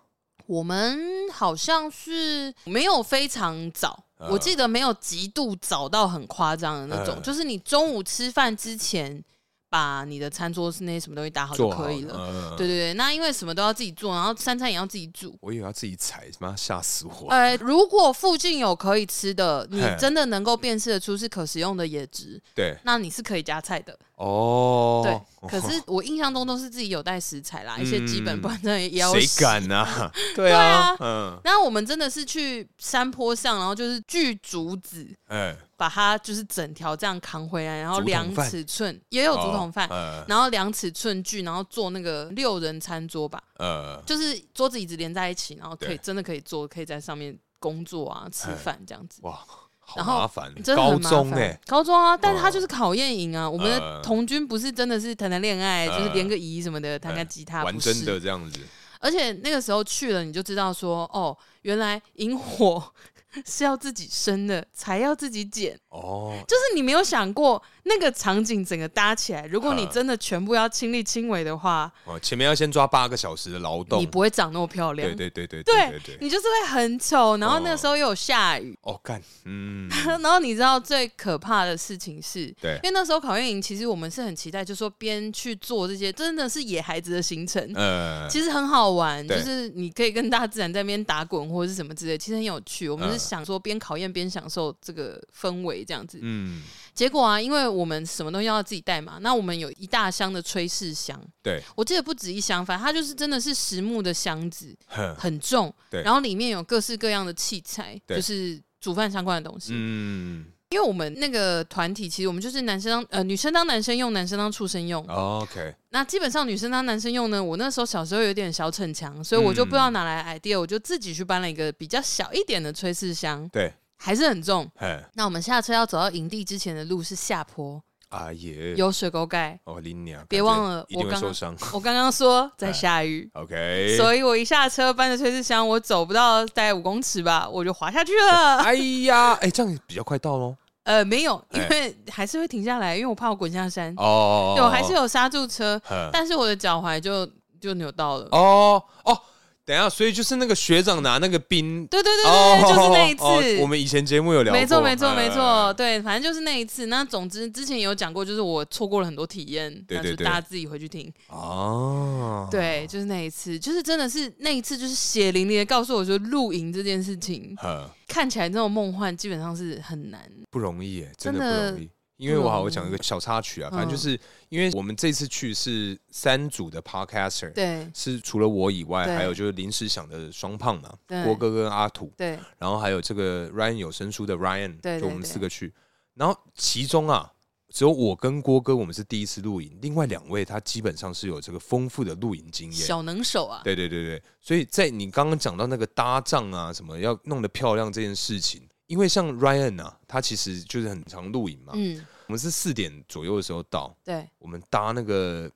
S2: 我们好像是没有非常早，
S1: 嗯
S2: 我记得没有极度早到很夸张的那种，
S1: 嗯
S2: 就是你中午吃饭之前把你的餐桌是那些什么东西打好哦就
S1: 做好
S2: 可以了。
S1: 嗯
S2: 对对对，那因为什么都要自己做，然后三餐也要自己煮。
S1: 我以为要自己踩，妈吓死我！
S2: 呃，如果附近有可以吃的，你
S1: 嘿
S2: 真的能够辨识得出是可食用的野植，
S1: 对，
S2: 那你是可以加菜的。
S1: 哦，
S2: 对，可是我印象中都是自己有带食材啦，一些基本，
S1: 嗯
S2: 不然真的也要
S1: 谁
S2: 洗
S1: 敢 啊？对
S2: 对啊
S1: 啊，嗯，
S2: 然后我们真的是去山坡上，然后就是锯竹子，
S1: 哎，
S2: 把它就是整条这样扛回来，然后
S1: 竹筒
S2: 量
S1: 饭
S2: 尺寸，也有竹筒饭，
S1: 呃
S2: 然后量尺寸锯，然后做那个六人餐桌吧，
S1: 呃，
S2: 就是桌子椅子连在一起，然后可以
S1: 对
S2: 真的可以坐，可以在上面工作啊、吃饭这样子。
S1: 哇，好
S2: 然后
S1: 麻烦，
S2: 真的
S1: 哎高
S2: 很麻
S1: 中
S2: 烦
S1: 哎，
S2: 高中啊，但是他就是考验营啊。我们的
S1: 呃
S2: 童军不是真的是谈谈恋爱，就是
S1: 呃
S2: 连个姨什么的，弹个吉他，
S1: 哎玩
S2: 不是
S1: 真的这样子，
S2: 而且那个时候去了，你就知道说，哦，原来萤火 是要自己生的，才要自己捡。
S1: 哦，
S2: 就是你没有想过那个场景整个搭起来，如果你
S1: 嗯
S2: 真的全部要亲力亲为的话，
S1: 哦，前面要先抓八个小时的劳动
S2: 你，不会长那么漂亮。
S1: 对对对对
S2: 对
S1: 对对对，
S2: 你就是会很丑，然后那个
S1: 哦
S2: 时候又有下雨，
S1: 哦干，嗯，
S2: 然后你知道最可怕的事情是，
S1: 对
S2: 因，为那时候考验营其实我们是很期待，就说边去做这些真的是野孩子的行程，
S1: 呃，
S2: 其实很好玩，就
S1: 对
S2: 是你可以跟大自然在那边打滚或者是什么之类，其实很有趣。我们是
S1: 嗯
S2: 想说边考验边享受这个氛围这样子。
S1: 嗯，
S2: 结果啊，因为我们什么东西要自己带嘛，那我们有一大箱的炊事箱，
S1: 对，
S2: 我记得不止一箱，反正它就是真的是实木的箱子，
S1: 哼
S2: 很重，
S1: 嗯对
S2: 然后里面有各式各样的器材，
S1: 对
S2: 就是煮饭相关的东西。
S1: 嗯
S2: 因为我们那个团体，其实我们就是男生当呃女生当男生用，男生当畜生用。
S1: ，OK，
S2: 那基本上女生当男生用呢，我那时候小时候有点小逞强，所以我就不知道哪
S1: 嗯
S2: 来 idea，、我就自己去搬了一个比较小一点的炊事箱，
S1: 对，
S2: 还是很重。
S1: 嘿，
S2: 那我们下车要走到营地之前的路是下坡，
S1: 啊耶，
S2: 有水沟盖。
S1: 哦，林娘，
S2: 别
S1: 感觉
S2: 忘了
S1: 一定
S2: 我
S1: 会
S2: 刚
S1: 受
S2: 刚
S1: 伤。
S2: 我刚刚说在下 雨，
S1: OK，
S2: 所以我一下车搬着炊事箱，我走不到大概五公尺吧，我就滑下去了。
S1: 哎呀，哎，这样比较快到喽。
S2: 呃，没有，因
S1: 哎
S2: 为还是会停下来，因为我怕我滚下山。
S1: 哦，
S2: 对，我还是有刹住车，
S1: 嗯。
S2: 但是我的脚踝就就扭到了。
S1: 哦哦，等一下，所以就是那个学长拿那个冰，
S2: 对对对
S1: 哦
S2: 对，对，就是那一
S1: 哦
S2: 次。
S1: 我们以前节目有聊过，
S2: 没错，没错，
S1: 嗯
S2: 没错，。对，反正就是那一次。那总之之前有讲过，就是我错过了很多体验，
S1: 对
S2: 那
S1: 对
S2: 就
S1: 对
S2: 大家自己回去听。
S1: 哦，，
S2: 对，就是那一次，就是真的是那一次，就是血淋淋的告诉我说，露营这件事情
S1: 呵，
S2: 看起来那种梦幻，基本上是很难。
S1: 不容易耶，真的
S2: 真的
S1: 不容易。因为我好，我讲一个小插曲啊，反正
S2: 嗯
S1: 就是因为我们这次去是三组的 podcaster，
S2: 对
S1: 是除了我以外，
S2: 对
S1: 还有就是临时想的双胖嘛，
S2: 对
S1: 郭哥跟阿土，
S2: 对
S1: 然后还有这个 Ryan 有声书的 Ryan，
S2: 对对
S1: 就我们
S2: 对
S1: 四个去。然后其中啊，只有我跟郭哥我们是第一次露营，另外两位他基本上是有这个丰富的露营经验。
S2: 小能手啊，
S1: 对对对对，所以在你刚刚讲到那个搭帐啊，什么要弄得漂亮这件事情，因为像 Ryan 啊，他其实就是很常露营嘛。
S2: 嗯，
S1: 我们是四点左右的时候到，
S2: 对
S1: 我们搭那个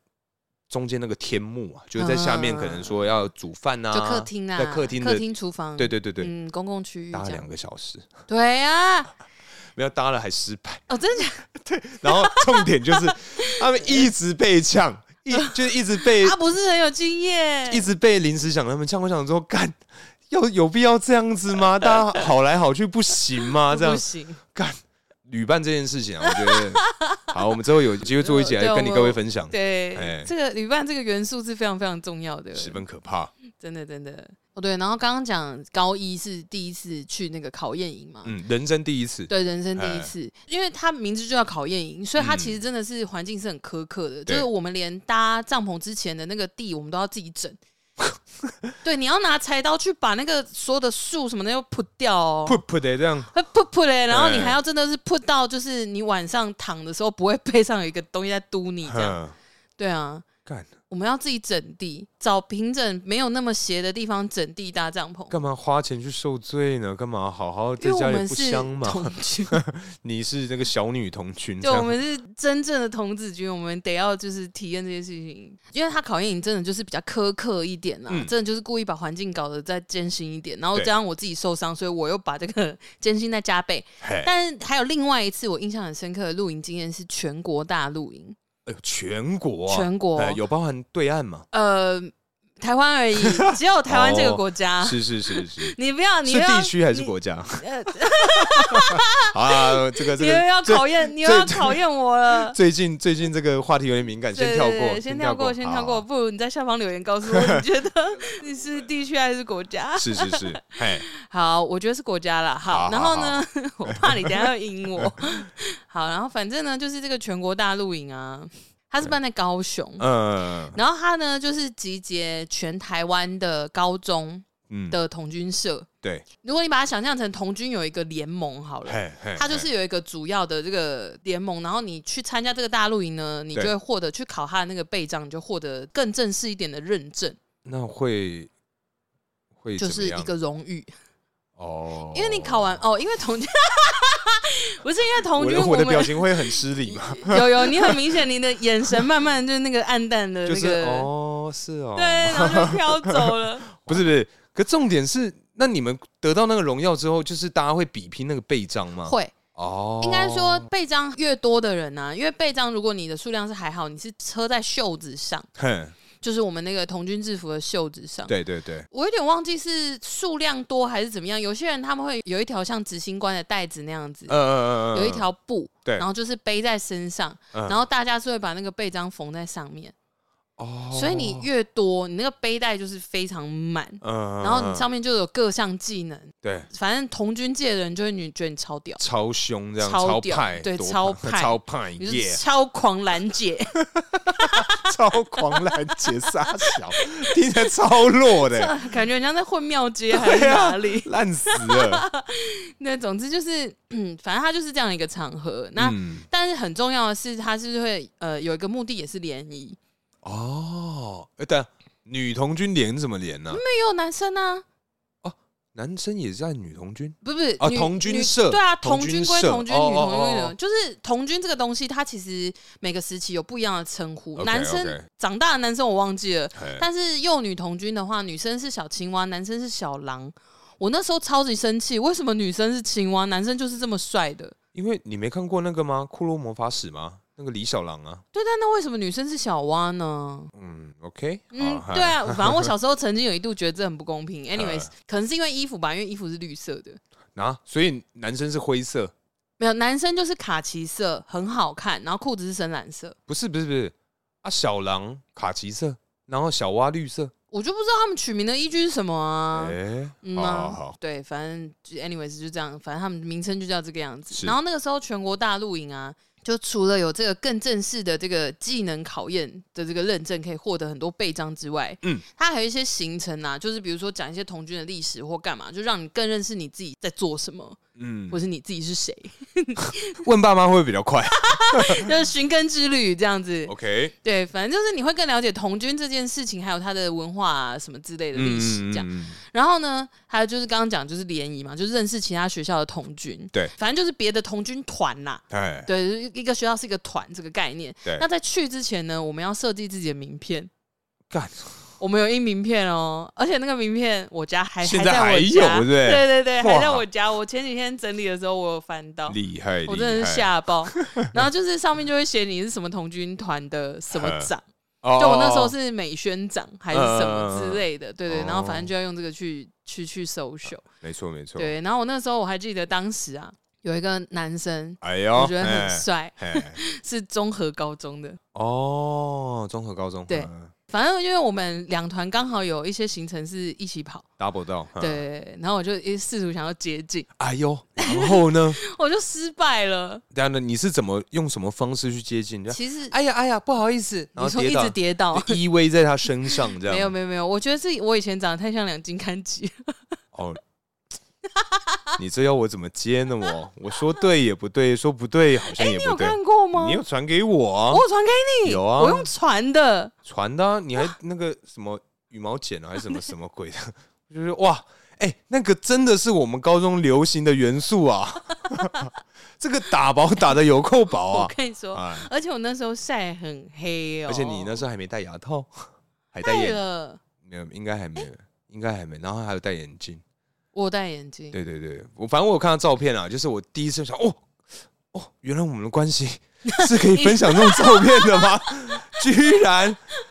S1: 中间那个天幕啊，就是在下面可能说要煮饭啊，
S2: 就客厅啊，
S1: 在客厅的
S2: 客厅、厨房，
S1: 对对对对，
S2: 嗯，公共区域
S1: 搭
S2: 这
S1: 两
S2: 样。
S1: 个小时，
S2: 对啊，
S1: 没有搭了还失败。
S2: 哦， 真的假
S1: 然后重点就是他们一直被呛，一就是一直被、
S2: 的？他不是很有经验，
S1: 一直被临时想他们呛。我想说，干要有必要这样子吗？大家好来好去不行吗？啊这样
S2: 不行。
S1: 干旅伴这件事情啊，我觉得好，我们之后有机会做一起来
S2: 对
S1: 跟你
S2: 我
S1: 各位分享，哎
S2: 对，这个旅伴这个元素是非常非常重要的，
S1: 十分可怕。
S2: 真的真的。哦，对，然后刚刚讲高一是第一次去那个考验营嘛，
S1: 嗯，人生第一次，
S2: 对，人生第
S1: 哎
S2: 一次，因为它名字就叫考验营，所以它
S1: 嗯
S2: 其实真的是环境是很苛刻的，就
S1: 对
S2: 是我们连搭帐篷之前的那个地，我们都要自己整。 对，你要拿柴刀去把那个所有的树什么的又扑掉哦，
S1: 噗噗的这样，
S2: 会扑扑嘞，然后你
S1: 哎
S2: 还要真的是扑到，就是你晚上躺的时候不会 背上有一个东西在嘟你这样。
S1: 哼
S2: 对啊，
S1: 干
S2: 我们要自己整地，找平整没有那么斜的地方整地搭帐篷。
S1: 干嘛花钱去受罪呢？干嘛好好
S2: 因
S1: 在
S2: 为
S1: 家
S2: 我
S1: 里
S2: 们
S1: 不
S2: 是
S1: 香嘛？
S2: 同居，
S1: 你是那个小女童群，这
S2: 对，我
S1: 样
S2: 们是真正的童子军，我们得要就是体验这些事情，因为他考验你真的就是比较苛刻一点啦，
S1: 嗯
S2: 真的就是故意把环境搞得再艰辛一点，然后
S1: 对
S2: 加上我自己受伤，所以我又把这个 艰辛再加倍。
S1: 嘿
S2: 但是还有另外一次我印象很深刻的露营经验是全国大露营，
S1: 哎呦，全国啊，
S2: 全国
S1: 哎有包含对岸嘛？
S2: 呃台 湾而已，只有台湾这个国家。
S1: 哦是是是是。
S2: 你不啊 要，你
S1: 是
S2: 不要
S1: 地，区还是国家？
S2: 呃，
S1: 好啊，这个这
S2: 你又
S1: 个
S2: 要
S1: 最
S2: 考验，你又要
S1: 这
S2: 考验我了。
S1: 最近最近这个话题有点敏感，先
S2: 对
S1: 跳
S2: 对对
S1: 过，啊
S2: 先跳过，先跳过。。不如你在下方留言告诉我，你觉得你是地区还是国家
S1: 好？是是是，嘿，
S2: 好，我觉得是国家啦。好，
S1: 好
S2: 然后呢， 我怕你等一下要赢我。 好，然后反正呢，就是这个全国大露营啊，它是办在高雄，
S1: 嗯
S2: 然后它呢就是集结全台湾的高中
S1: 嗯，
S2: 的童军社。
S1: 对，
S2: 如果你把它想象成童军有一个联盟好了。
S1: 嘿嘿，
S2: 它就是有一个主要的这个联盟，然后你去参加这个大露营呢，你就
S1: 对
S2: 会获得去考它的那个备战，你就获得更正式一点的认证，
S1: 那会会
S2: 就
S1: 怎
S2: 是
S1: 么样
S2: 一个荣誉。
S1: 哦，
S2: 因为你考完哦，因为童军， 不是因为童
S1: 我
S2: 军，
S1: 的我的
S2: 们
S1: 表情会很失礼嘛，
S2: 有有，你很明显你的眼神慢慢就是那个暗淡 的
S1: 就
S2: 那
S1: 是
S2: 个，
S1: 哦是哦，
S2: 对，，然后就飘 走了。
S1: 不是不是，可重点是，那你们得到那个荣耀之后，就是大家会比拼那个背章吗？
S2: 会，
S1: 哦，
S2: 应该说背章越多的人呢、啊因为背章如果你的数量是还好，你是车在袖子上，
S1: 哼，
S2: 就是我们那个童军制服的袖子上。
S1: 对对对，
S2: 我有点忘记是数量多还是怎么样。有些人他们会有一条像执行官的带子那样子，
S1: 嗯嗯嗯，
S2: 有一条布，
S1: 对
S2: 然后就是背在身上，
S1: 嗯
S2: 然后大家是会把那个背章缝在上面，
S1: 哦，
S2: 所以你越多，你那个背带就是非常满，
S1: 嗯，
S2: 然后你
S1: 嗯
S2: 上面就有各项技能，
S1: 对
S2: 反正童军界的人就会你觉得你超屌，
S1: 超凶这样，
S2: 超
S1: 超
S2: 屌
S1: 派，
S2: 对
S1: 多
S2: 超派
S1: 超派
S2: 你就是
S1: 耶，
S2: 超狂拦姐，
S1: 超狂澜截杀小，听起来超弱的，
S2: 感觉人家在混庙街还是
S1: 啊
S2: 哪里？
S1: 烂死 了。
S2: 那总之就是，嗯，反正他就是这样一个场合。那、
S1: 嗯，
S2: 但是很重要的是，他是会呃有一个目的也是联谊，
S1: 哎哦，呃等下女童军连怎么连呢？
S2: 也有男生啊，
S1: 男生也在女童军
S2: 不是不是
S1: 啊，
S2: 女
S1: 童军
S2: 女
S1: 社
S2: 对啊，
S1: 童
S2: 童军
S1: 军
S2: 归
S1: 社
S2: 童军，
S1: 哦
S2: 女
S1: 哦
S2: 童归女
S1: 哦
S2: 童，就是童军这个东西，它其实每个时期有不一样的称呼。
S1: OK，
S2: 男生
S1: OK
S2: 长大的男生我忘记了，
S1: 嘿
S2: 但是幼女童军的话，女生是小青蛙，男生是小狼。我那时候超级生气，为什么女生是青蛙，男生就是这么帅的？
S1: 因为你没看过那个吗？《骷髅魔法使》吗？那个李小狼啊，
S2: 对，但那为什么女生是小蛙呢？
S1: 嗯，OK，
S2: 嗯，
S1: 好
S2: 对，啊，反正我小时候曾经有一度觉得这很不 公平。Anyways，
S1: 嗨
S2: 可能是因为衣服吧，因为衣服是绿色的，
S1: 嗨啊，所以男生是灰色，
S2: 没有男生就是卡其色，很好看，然后裤子是深蓝色。
S1: 不是不是不是啊，小狼卡其色，然后小蛙绿色，
S2: 我就不知道他们取名的依据是什么啊。
S1: 哎，
S2: 嗯
S1: 好
S2: 啊
S1: 好好，
S2: 对，反正就 anyways 就这样，反正他们名称就叫这个样子。
S1: 是
S2: 然后那个时候全国大露营啊，就除了有这个更正式的这个技能考验的这个认证，可以获得很多备章之外，
S1: 嗯
S2: 嗯，它还有一些行程啊，就是比如说讲一些童军的历史或干嘛，就让你更认识你自己在做什么，
S1: 嗯
S2: 或，是你自己是谁，
S1: 问爸妈会不会比较快
S2: 就是寻根之旅这样子。
S1: ？OK，
S2: 对，反正就是你会更了解童军这件事情，还有它的文化啊什么之类的历史这样。
S1: 嗯，嗯嗯
S2: 然后呢，还有就是刚刚讲就是联谊嘛，就是认识其他学校的童军，
S1: 对
S2: 反正就是别的童军团啦。
S1: 哎，
S2: 对，就是一个学校是一个团这个概念。
S1: 对
S2: 那在去之前呢，我们要设计自己的名片。
S1: 干，
S2: 我们有印名片哦，而且那个名片我家还
S1: 现在
S2: 还
S1: 还
S2: 在我
S1: 有
S2: 家
S1: 对不对
S2: 对对对，
S1: 哇
S2: 还在我家。我前几天整理的时候，我有翻到，
S1: 厉害，
S2: 我真的
S1: 厉
S2: 是
S1: 害，
S2: 吓 爆。然后就是上面就会写你是什么童军团的什么
S1: 呃
S2: 长，
S1: 哦
S2: 就我那时候
S1: 哦
S2: 是美宣长还是什
S1: 嗯嗯
S2: 么
S1: 嗯嗯
S2: 之类的，对对，然后
S1: 哦
S2: 反正就要用这个去去去搜寻，
S1: 哦没错没错，
S2: 对，然后我那时候我还记得当时啊，有一个男生，
S1: 哎呦，
S2: 我觉得很
S1: 哎
S2: 帅，
S1: 哎
S2: 是综合高中的，
S1: 哦，综合高中
S2: 对
S1: 嗯
S2: 反正因为我们两团刚好有一些行程是一起跑，
S1: ，double 到，嗯，
S2: 对，然后我就一试图想要接近，
S1: 哎呦，然后呢？
S2: 我就失败了。
S1: 当然，你是怎么用什么方式去接近？就
S2: 其实
S1: 哎呀哎呀，不好意思，然
S2: 你
S1: 后
S2: 说
S1: 跌
S2: 一
S1: 倒，
S2: 直跌倒。
S1: 就依偎在他身上这样。
S2: 没有没有没有，我觉得是我以前长得太像两金刊集，
S1: 哦， 你这要我怎么接呢？我我说对也不对，说不对好像也
S2: 哎你
S1: 不
S2: 有
S1: 对。
S2: 看过吗？
S1: 你有传给我啊、
S2: 我有传给你，
S1: 有啊
S2: 我用传的，
S1: 传的啊、你还那个什么羽毛剪啊，还是什么什么鬼的？ 就是哇，哎、那个真的是我们高中流行的元素啊！ 这个打薄打的有够薄
S2: 我
S1: 啊！
S2: 跟你说，
S1: 哎，
S2: 而且我那时候晒很黑哦，
S1: 而且你那时候还没戴牙 套，还戴
S2: 戴
S1: 眼
S2: 了，
S1: 没有，应该还
S2: 哎
S1: 没有，应该还没。然后还有戴眼镜，
S2: 我戴眼镜，
S1: 对对对，我反正我有看到照片啊，就是我第一次想，哦哦，原来我们的关 系是可以分享这种照片的吗？居然，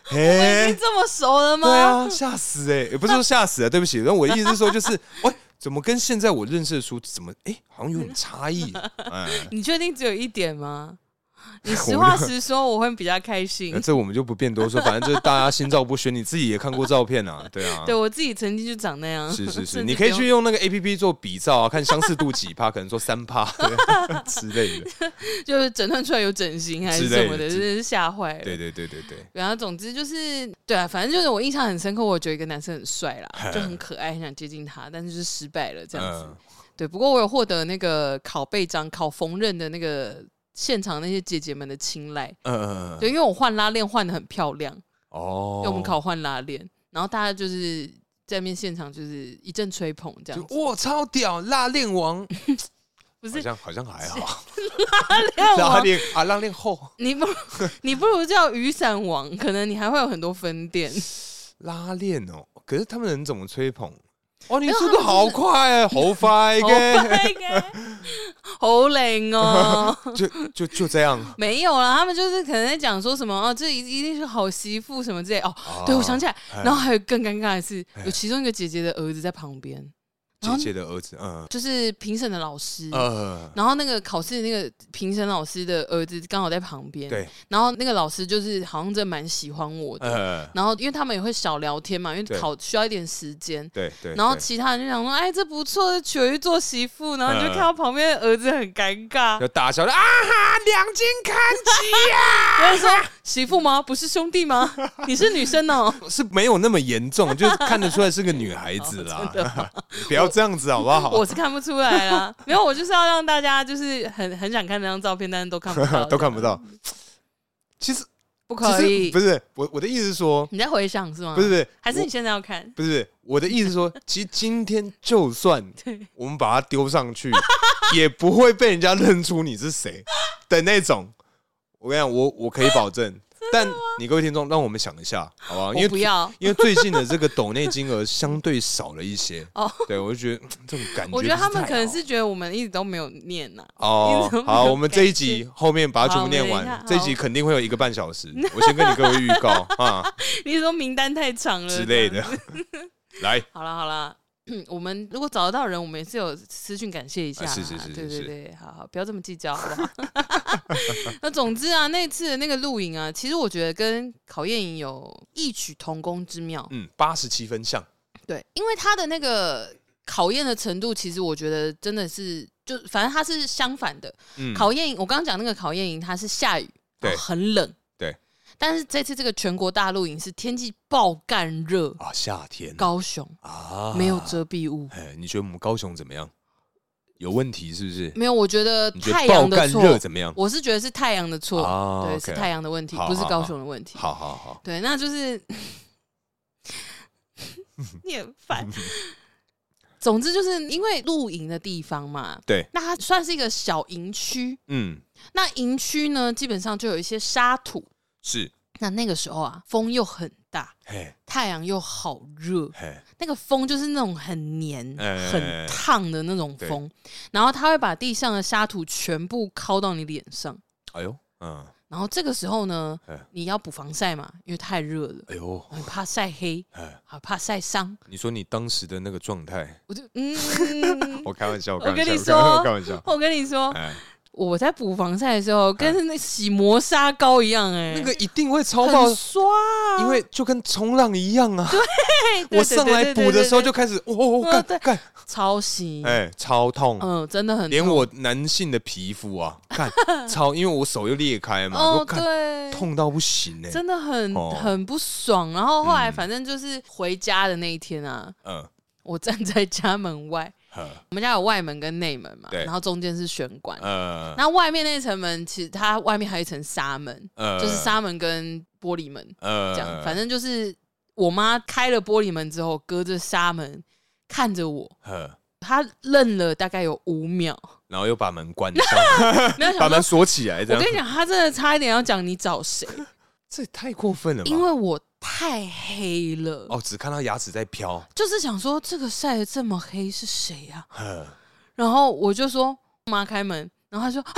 S2: 已
S1: 嘿
S2: 经，这么熟了吗？
S1: 对啊，吓死哎、欸，也不是说吓死啊，对不起，但我的意思是说，就是，喂，怎么跟现在我认识的书怎么，哎、好像有点差异，哎，
S2: 你确定只有一点吗？ 你实话实说，我会比较开心
S1: 那。这我们就不便多说，反正就是大家心照不宣，你自己也看过照片啊，对啊，
S2: 对我自己曾经就长那样，
S1: 是是是，
S2: 甚至
S1: 你可以
S2: 不
S1: 去用
S2: 用
S1: 那个 A P P 做比照啊，看相似度几趴，可能说三趴对之类的。
S2: 就是诊断出来有整形还是
S1: 之类
S2: 什
S1: 的
S2: 么的，
S1: 之
S2: 真的是吓坏了。
S1: 对对对对对，
S2: 然后总之就是，对啊，反正就是我印象很深刻，我觉得一个男生很帅 啦，就很可爱，很想接近他，但是就是失败了这样子。
S1: 嗯，
S2: 对，不过我有获得那个考背章、考缝纫的那个现场那些姐姐们的青睐，
S1: 嗯嗯嗯，
S2: 对，因为我换拉链换的很漂亮，
S1: 哦
S2: 因为我们考换拉链，然后大家就是在面现场就是一阵吹捧这样
S1: 就
S2: 子，
S1: 哇超屌，拉链王
S2: 不
S1: 好
S2: 是
S1: 像好像还好，
S2: 拉链
S1: 哦拉
S2: 王，
S1: 链啊拉链后
S2: 你不 你不如叫雨伞王，可能你还会有很多 分店。
S1: 拉链哦，可是他们人怎么吹捧？哦，你
S2: 没有
S1: 速
S2: 他
S1: 度
S2: 们
S1: 好快，啊 好快
S2: 好
S1: 耶，
S2: 累耶好冷哦，
S1: 就就就这样。
S2: 没有啦，他们就是可能在讲说什么哦，这一一定是好媳妇什么之类哦。对，我想起来，
S1: 哎
S2: 然后还有更尴尬的是
S1: 哎，
S2: 有其中一个姐姐的儿子在旁边，
S1: 姐
S2: 然后嗯
S1: 姐的儿子，嗯
S2: 就是评审的老师，
S1: 呃，
S2: 然后那个考试的那个评审老师的儿子刚好在旁边，
S1: 对，
S2: 然后那个老师就是好像真的蛮喜欢我的，
S1: 呃，
S2: 然后因为他们也会小聊天嘛，因
S1: 对
S2: 为考需要一点时间。
S1: 对对，
S2: 然后
S1: 对
S2: 其他人就想说，哎，这不错，娶回去做媳妇。然后你就
S1: 嗯
S2: 看到旁边的儿子很尴尬，
S1: 就大笑的啊哈，两斤看齐啊 呀。
S2: 然后说媳妇吗？不是兄弟吗？你是女生哦。
S1: 是没有那么严重，就是看得出来是个女孩子 啦。 不要这样子好不好
S2: 哦我？是看不出来啦，没有，我就是要让 大家就是很很想看那张照片，但是都看不到，
S1: 都看不到。其实
S2: 不
S1: 其
S2: 可
S1: 实
S2: 以
S1: 不。是我我的意思是说，
S2: 你在回想是吗？
S1: 不是不，是，
S2: 还是
S1: 我
S2: 你现在要看？
S1: 不是我的意思是 说，其实今天就算
S2: 对
S1: 我们把它丢上去， 也不会被人家认出你是谁的那种。我跟你讲，我我可以保 证。但你各位听众，让我们想一下，好不好？哦因为
S2: 我不要。
S1: 因为最近的这个抖内金额相对少了一些
S2: 哦
S1: 对我就觉得嗯这种感觉，
S2: 我觉得他们可能是觉得我们一直都没有念啊呐、
S1: 哦
S2: 你怎么，没有
S1: 好，我们这一
S2: 感
S1: 集后面把它全部念
S2: 好我
S1: 完
S2: 们，
S1: 这
S2: 等一
S1: 一
S2: 下
S1: 集肯定会有一个半小时，我先跟你各位预告啊
S2: 你说名单太长了
S1: 之类 的。来，
S2: 好了好了， 我们如果找得到人，我们也是有私讯感谢一下啦、
S1: 啊是是是是
S2: 对
S1: 是
S2: 对对，好好，不要这么计较，好不好？ 那总之啊，那次的那个露营啊，其实我觉得跟考验营有异曲同工之妙，
S1: 嗯，八十七分像，
S2: 对，因为他的那个考验的程度，其实我觉得真的是。就反正它是相反的，
S1: 嗯，
S2: 考验营，我刚刚讲那个考验营，它是下雨，
S1: 对
S2: 很冷，
S1: 对。
S2: 但是这次这个全国大露营是天气爆干热，
S1: 啊，夏天
S2: 高雄
S1: 啊，
S2: 没有遮蔽物，
S1: 哎，你觉得我们高雄怎么样？有问题是不是？
S2: 没有，我觉得
S1: 你觉
S2: 嗯太
S1: 得爆
S2: 阳的
S1: 干热
S2: 错，
S1: 怎么样？
S2: 我是觉得是太阳的错，
S1: 啊
S2: 对
S1: OK
S2: 是太阳的问题，
S1: 好
S2: 不是
S1: 好
S2: 高雄的问题。
S1: 好好好，
S2: 对，那就是 你很烦。总之就是因为露营的地方嘛，
S1: 对，
S2: 那它算是一个小营区。
S1: 嗯，
S2: 那营区呢，基本上就有一些沙土。
S1: 是，
S2: 那那个时候啊，风又很大，
S1: 嘿，
S2: 太阳又好热，
S1: 嘿，
S2: 那个风就是那种很黏、
S1: 哎
S2: 很烫的那种
S1: 对
S2: 风，然后它会把地上的沙土全部敲到你脸上。
S1: 哎呦，嗯，
S2: 然后这个时候呢
S1: 哎，
S2: 你要补防晒嘛，因为太热了，
S1: 哎呦，
S2: 很怕晒黑，
S1: 哎，
S2: 啊，怕晒伤。
S1: 你说你当时的那个状态，，
S2: 我就嗯
S1: 我开玩笑，
S2: 我跟
S1: 开玩笑
S2: 你
S1: 我开玩笑我
S2: 说
S1: 开玩笑，
S2: 我跟你说，
S1: 哎，
S2: 我在补防晒的时候，跟那洗磨砂膏一样，哎，
S1: 那个一定会超爆
S2: 很刷啊，
S1: 因为就跟冲浪一样啊！
S2: 嘿对
S1: 我上来
S2: 对对对
S1: 补的时候
S2: 对
S1: 就开始，哦哦哦，
S2: 哦
S1: 干
S2: 对
S1: 干，
S2: 对超洗，
S1: 哎，超痛，
S2: 嗯，真的很
S1: 连我男性的皮肤啊， 看超，因为我手又裂开嘛，
S2: 哦
S1: 我，看
S2: 对，
S1: 痛到不行呢。
S2: 真的很
S1: 哦
S2: 很不爽。然后后来
S1: 嗯
S2: 反正就是回家的那一天啊，
S1: 嗯，
S2: 我站在家门外，
S1: 呵
S2: 我们家有外门跟内门嘛，
S1: 对
S2: 然后中间是玄关。
S1: 呃
S2: 那外面那层门，其实它外面还有一层纱门，
S1: 呃
S2: 就是纱门跟玻璃门
S1: 呃
S2: 这样。反正就是我妈开了玻璃门之后，隔着纱门看着我，
S1: 呵，
S2: 她愣了大概有五秒，
S1: 然后又把门关上，
S2: 没有
S1: 把
S2: 想
S1: 门
S2: 到。
S1: 锁起来，这
S2: 我
S1: 样
S2: 跟你讲，她真的差一点要讲你找谁，
S1: 这也太过分了吧？
S2: 因为我太黑了，
S1: 哦，只看到牙齿在飘，
S2: 就是想说这个晒得这么黑是谁呀、啊？
S1: 呵，
S2: 然后我就说妈开门，然后她说啊。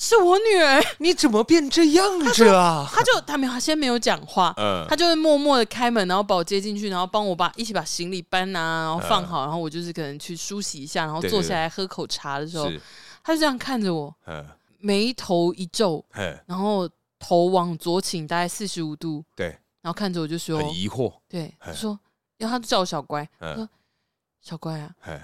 S2: 是我女儿，
S1: 你怎么变这样子啊？
S2: 她就她没有，她先没有讲话，
S1: 呃
S2: 他就会默默的开门，然后把我接进去，然后帮我把一起把行李搬啊，然后放
S1: 呃
S2: 好，然后我就是可能去梳洗一下，然后
S1: 对对
S2: 坐下来喝口茶的时候，
S1: 是，
S2: 他就这样看着我，
S1: 呃
S2: 眉头一皱，
S1: 嘿，
S2: 然后头往左倾大概四十五度，
S1: 对，
S2: 然后看着我就说
S1: 很，疑惑，
S2: 对，
S1: 嘿
S2: 说，然后他就叫我小乖，
S1: 嗯，
S2: 小乖啊，
S1: 嘿，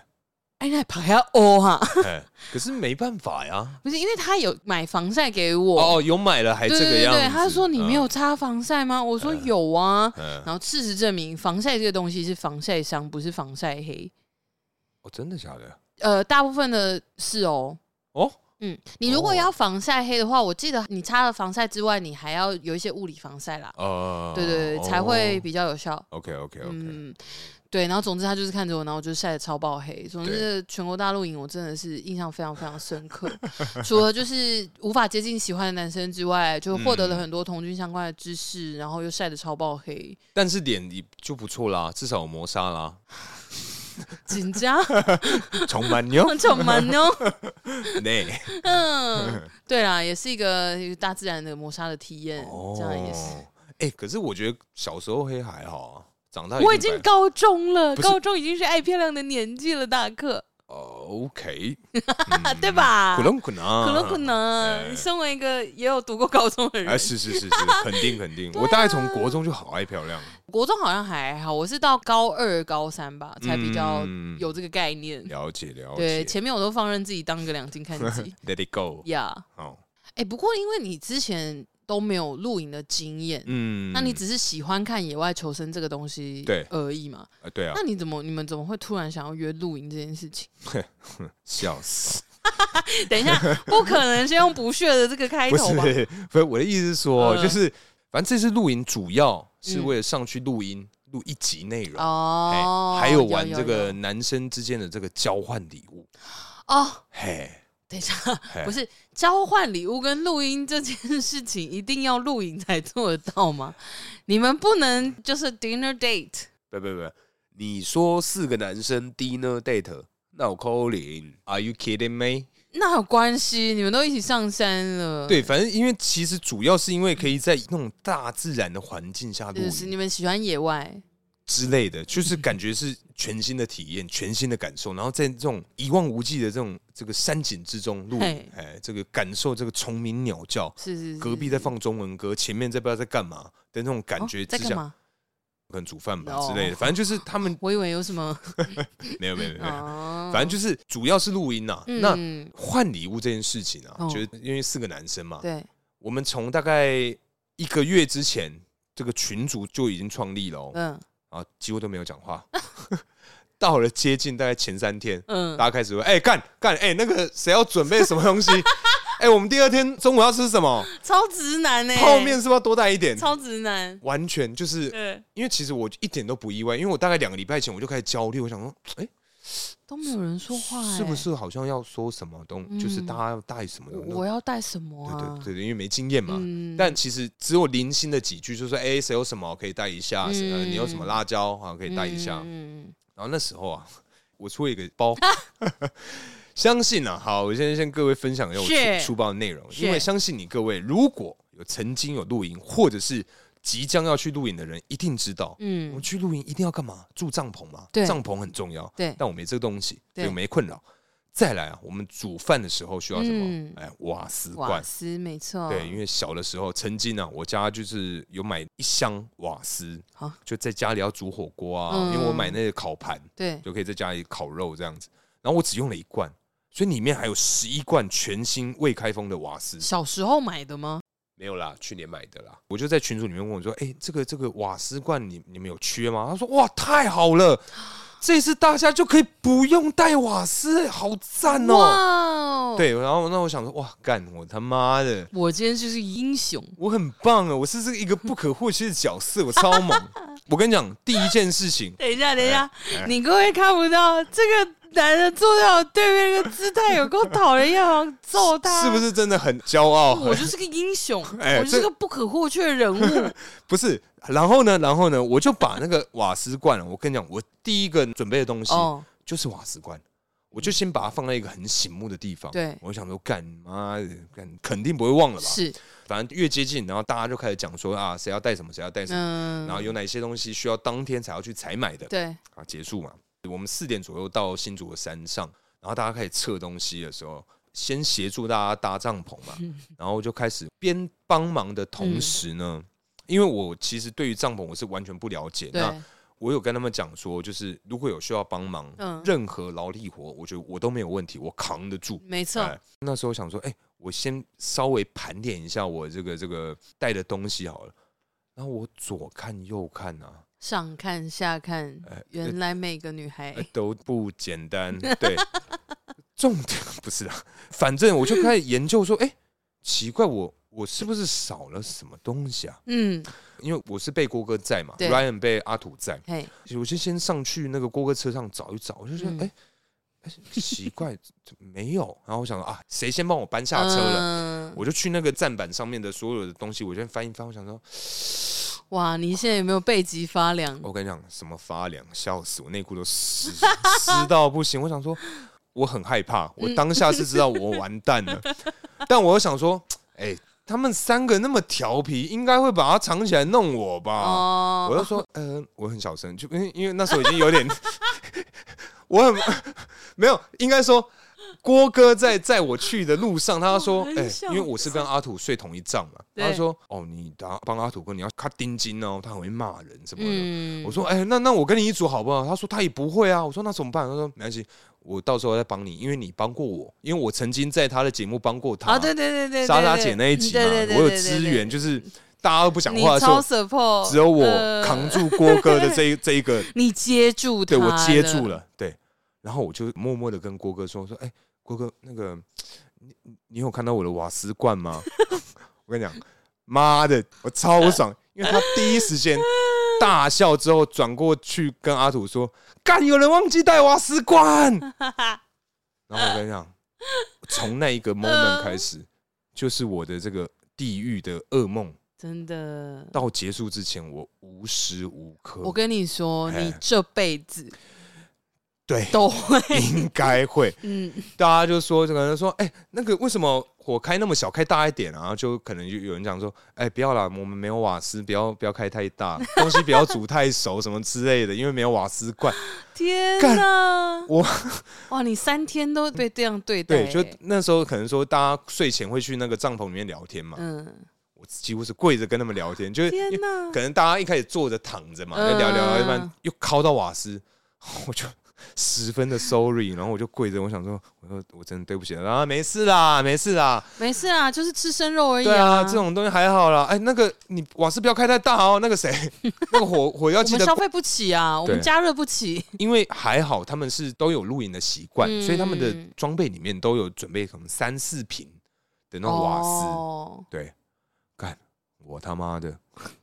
S2: 哎，那跑下哦哈，
S1: 嘿，可是没办法呀。
S2: 不是因为他有买防晒给我，
S1: 哦，有买了还
S2: 对
S1: 这个
S2: 对
S1: 样子，
S2: 对，他说你没有
S1: 嗯，
S2: 擦防晒吗？我说
S1: 嗯
S2: 有啊。
S1: 嗯，
S2: 然后事实证明，防晒这个东西是防晒伤，不是防晒黑。
S1: 哦，真的假的？
S2: 呃，大部分的是哦。
S1: 哦，
S2: 嗯，你如果
S1: 哦
S2: 要防晒黑的话，我记得你擦了防晒之外，你还要有一些物理防晒啦。
S1: 哦，
S2: 对对对，才会比较有效。
S1: OK OK OK，
S2: 嗯，对。然后总之他就是看着我，然后我就晒得超爆黑。总
S1: 对
S2: 之全国大陆营，我真的是印象非常非常深刻。 除了就是无法接近喜欢的男生之外，就获得了
S1: 嗯
S2: 很多同军相关的知识，然后又晒得超爆黑，
S1: 但是脸你就不错啦，至少有磨砂 啦，
S2: 紧张，
S1: 重哦蛮 牛
S2: 怎么呢？
S1: 对，
S2: 哦 嗯，对啦，也是一个一个大自然的磨砂的体验，这样也是。
S1: 哦，哎，可是我觉得小时候黑还好啊，长大
S2: 我已
S1: 白
S2: 经高中了，
S1: 不是
S2: 高中已经是爱漂亮的年纪了，大可，
S1: 哦 OK，
S2: 啊， 对吧？
S1: 嗯可能可能啊
S2: 可能可能，
S1: 哎
S2: 你身为一个也有读过高中的人，
S1: 哎，是是 是是，肯定肯
S2: 啊
S1: 定，我大概从国中就好爱漂亮，
S2: 国中好像还好，我是到高二、高三吧才比较
S1: 嗯
S2: 有这个概念。
S1: 了解了解
S2: 对，前面我都放任自己当个两 斤看鸡
S1: ，Let it go，
S2: 呀。
S1: 哦，
S2: 哎，不过因为你之前都没有露营的经验，
S1: 嗯，
S2: 那你只是喜欢看野外求生这个东西
S1: 对
S2: 而已嘛？
S1: 呃对啊
S2: 那，你怎么你们怎么会突然想要约露营这件事 情？
S1: 笑死。
S2: 等一下，不可能先用不屑的这个开
S1: 不
S2: 头吧？
S1: 是，不是我的意思是说，
S2: 嗯
S1: 就是反正这次露营主要是为了上去录音，录、一集内容，
S2: 哦
S1: 嘿，哎还有玩这
S2: 有
S1: 个
S2: 有
S1: 男生之间的这个交换礼物，
S2: 哦，
S1: 嘿，
S2: 等一下，
S1: 嘿
S2: 不是交换礼物跟录音这件事情，一定要录影才做得到吗？你们不能就是 dinner date
S3: 不不不，你说四个男生 dinner date，那我 calling
S1: Are you kidding me？
S2: 那有关系？你们都一起上山了，
S1: 对，，反正因为其实主要是因为可以在那种大自然的环境下录
S2: 就是
S1: 影
S2: 你们喜欢野外，
S1: 之类的，就是感觉是全新的体验、 全新的感受，然后在这种一望无际的这种这个山景之中录影
S2: 嘿，
S1: 哎，这个感受这个虫鸣鸟叫，
S2: 是是是，
S1: 隔壁在放中文歌，前面在不知道在干嘛的那种感
S2: 哦
S1: 觉
S2: 在
S1: 之
S2: 干
S1: 下，
S2: 嘛？
S1: 可能煮饭吧
S2: 哦
S1: 之类的，反正就是他们
S2: 我以为有什么
S1: 没有没有没有没有，
S2: 哦，
S1: 反正就是主要是录音呐。那
S2: 嗯
S1: 换礼物这件事情啊，
S2: 哦
S1: 觉得因为四个男生嘛，
S2: 对，
S1: 我们从大概一个月之前，这个群组就已经创立了哦，
S2: 嗯
S1: 啊，几乎都没有讲话。 到了接近大概前三天，
S2: 嗯
S1: 大，家开始说：“哎，干干，哎，那个谁要准备什么东西？ 哎，我们第二天中午要吃什么？
S2: 超直男呢、
S1: 泡面是不是要多带一点？”
S2: 超直男，
S1: 完全就是
S2: 对，
S1: 因为其实我一点都不意外，因为我大概两个礼拜前我就开始焦虑，我想说，哎、
S2: 都没有人说话、欸，
S1: 是不？是好像要说什么东，
S2: 嗯
S1: 就是大家要带什么东
S2: 我我
S1: 西？
S2: 要带什么
S1: 对
S2: 啊？
S1: 对对对，因为没经验嘛。
S2: 嗯
S1: 但其实只有零星的几句，就说哎，谁有什么可以带一下？
S2: 嗯
S1: 谁呃，你有什么辣椒啊可以带一下？
S2: 嗯嗯
S1: 然后那时候啊，我出了一个包， 相信啊，好，我先先各位分享一下我
S2: 是
S1: 出出包的内容，
S2: 是
S1: 因为相信你各位如果有曾经有露营，或者是即将要去露营的人，一定知道，我
S2: 嗯
S1: 们去露营一定要干嘛？住帐篷嘛，
S2: 对
S1: 帐篷很重要。
S2: 对
S1: 但我没这个东西，所以
S2: 对
S1: 我没困扰。再来啊，我们煮饭的时候需要什么
S2: 嗯？
S1: 哎，瓦斯
S2: 瓦
S1: 罐。
S2: 斯嗯没错，
S1: 对，因为小的时候，曾经啊，我家就是有买一箱瓦斯
S2: 啊，
S1: 就在家里要煮火锅啊，
S2: 嗯
S1: 因为我买那个烤盘，
S2: 对
S1: 就可以在家里烤肉这样子。然后我只用了一罐，所以里面还有十一罐全新未开封的瓦斯。
S2: 小时候买的吗？
S3: 没有啦，去年买的啦，
S1: 我就在群组里面问我说：“哎、这个这个瓦斯罐你你们有缺吗？”他说：“哇，太好 了，这次大家就可以不用带瓦斯，好赞哦、
S2: 哇，，
S1: 对，然后那我想说：“哇，干我他妈的，
S2: 我今天就是英雄，
S1: 我很棒啊！我是这个一个不可或缺的角 色，我超猛。”我跟你讲，第一件事情，
S2: 等一下，等一下，
S1: 哎
S2: 你各位看不到这个男的坐在我对面，那个姿态有够讨人厌， 好想揍他，
S1: 是不？是真的很骄傲？
S2: 我就是个英雄，
S1: 哎
S2: 我就是
S1: 这
S2: 个不可或缺的人物。
S1: 不 是，然后呢，然后呢，我就把那个瓦斯罐，我跟你讲，我第一个准备的东西，
S2: 哦，
S1: 就是瓦斯罐，我就先把它放在一个很醒目的地方。
S2: 嗯对
S1: 我就想说，干妈的，干肯定不会忘了吧？
S2: 是，
S1: 反正越接近，然后大家就开始讲说啊，谁要带什么，谁要带什么，
S2: 嗯，
S1: 然后有哪些东西需要当天才要去采买的
S2: 对，
S1: 啊。结束嘛，我们四点左右到新竹的山上，然后大家开始撤东西的时候。先协助大家搭帐篷嘛，
S2: 嗯
S1: 然后就开始边帮忙的同时呢，因为我其实对于帐篷我是完全不了解，那
S2: 对，
S1: 我有跟他们讲说，就是如果有需要帮忙，
S2: 嗯
S1: 任何劳力活，我觉得我都没有问题，我扛得住。
S2: 没错，
S1: 哎那时候想说，哎、我先稍微盘点一下我这个这个带的东西好了。然后我左看右看啊，
S2: 上看下看
S1: 哎，
S2: 原来每个女
S1: 哎
S2: 孩，
S1: 都不简单。 对，重点不是啊，反正我就开始研究说，哎、奇怪，我我是不是少了什么东西啊？
S2: 嗯，
S1: 因为我是被郭哥在嘛
S2: 对
S1: ，Ryan 被阿土在，
S2: 嘿，
S1: 我就先上去那个郭哥车上找一找，我就说，哎、
S2: 嗯
S1: 哎奇怪， 怎么没有。然后我想说啊，谁先帮我搬下车了？
S2: 嗯，
S1: 我就去那个站板上面的所有的东西，我先翻一翻。我想说，
S2: 哇，你现在有没有背脊发凉？
S1: 我跟你讲，什么发凉，笑死我，内裤都湿湿到不行。我想说，我很害怕，我当下是知道我完蛋 了，但我又想说，哎、他们三个那么调皮，应该会把它藏起来弄啊我吧？我就
S2: 哦，
S1: 说，呃，我很小声，就因为因为那时候已经有点， 我很没有，应该说郭哥在载我去的路上，他说
S2: 我，很
S1: 哎、
S2: 小
S1: 因为我是跟阿土睡同一帐嘛，
S2: 对
S1: 他说，哦，你打帮阿土哥，你要卡丁金哦，他很会骂人什么的。
S2: 嗯
S1: 我说，哎、那那我跟你一组好不好？他说他也不会啊。我说那怎么办？他说没关系，我到时候再帮你，因为你帮过我，因为我曾经在他的节目帮过他。
S2: 啊，对对对对对，
S1: 莎莎
S2: 对
S1: 姐那一集嘛，
S2: 对对对对
S1: 我有
S2: 对对
S1: 资
S2: 对
S1: 源，就是大家都不讲
S2: 你
S1: 话的时候
S2: 超，support，
S1: 只有我
S2: 呃
S1: 扛住郭哥的这 一这一个，
S2: 你接住他，
S1: 对我接住，了，对，然后我就默默的跟郭哥说说，哎、 郭哥，那个你你有看到我的瓦斯罐吗？我跟你讲，妈的，我超不爽，因为他第一时间大笑之后转过去跟阿土说：“干，有人忘记带瓦斯 罐。”然后我跟你讲，从那一个 moment 开始，就是我的这个地狱的噩梦
S2: 真的。
S1: 到结束之前，我无时无刻
S2: 我跟你说，
S1: 哎
S2: 你这辈子
S1: 对
S2: 都会，
S1: 应该会。
S2: 嗯，
S1: 大家就说，可能说，哎、那个为什么火开那么小，开大一点啊？然后就可能就有人讲说，哎、不要啦，我们没有瓦斯，不要不要开太大，东西不要煮太熟，什么之类的，因为没有瓦斯罐。
S2: 天
S1: 干
S2: 哪，
S1: 我
S2: 哇，你三天都被这样对待
S1: 对，
S2: 欸，
S1: 就那时候可能说，大家睡前会去那个帐篷里面聊天嘛，
S2: 嗯，
S1: 我几乎是跪着跟他们聊天，就是因
S2: 天
S1: 为
S2: 哪，
S1: 可能大家一开始坐着躺着嘛，
S2: 嗯
S1: 就聊聊到一半又敲到瓦斯， 我就十分的 sorry，然后我就跪着，我想说，我说我真的对不起，啊，没事啦，没事啦。
S2: 没事啊，就是吃生肉而已
S1: 对啊，
S2: 啊，
S1: 这种东西还好啦。哎，那个你瓦斯不要开太大哦。那 个谁，那个火火要
S2: 我
S1: 记
S2: 们
S1: 得
S2: 消
S1: 关，
S2: 费不起啊，我们
S1: 对
S2: 加热不起，
S1: 因为还好他们是都有露营的习惯，
S2: 嗯
S1: 所以他们的装备里面都有准备可能三四瓶的那种瓦斯。
S2: 哦
S1: 对，干我他妈的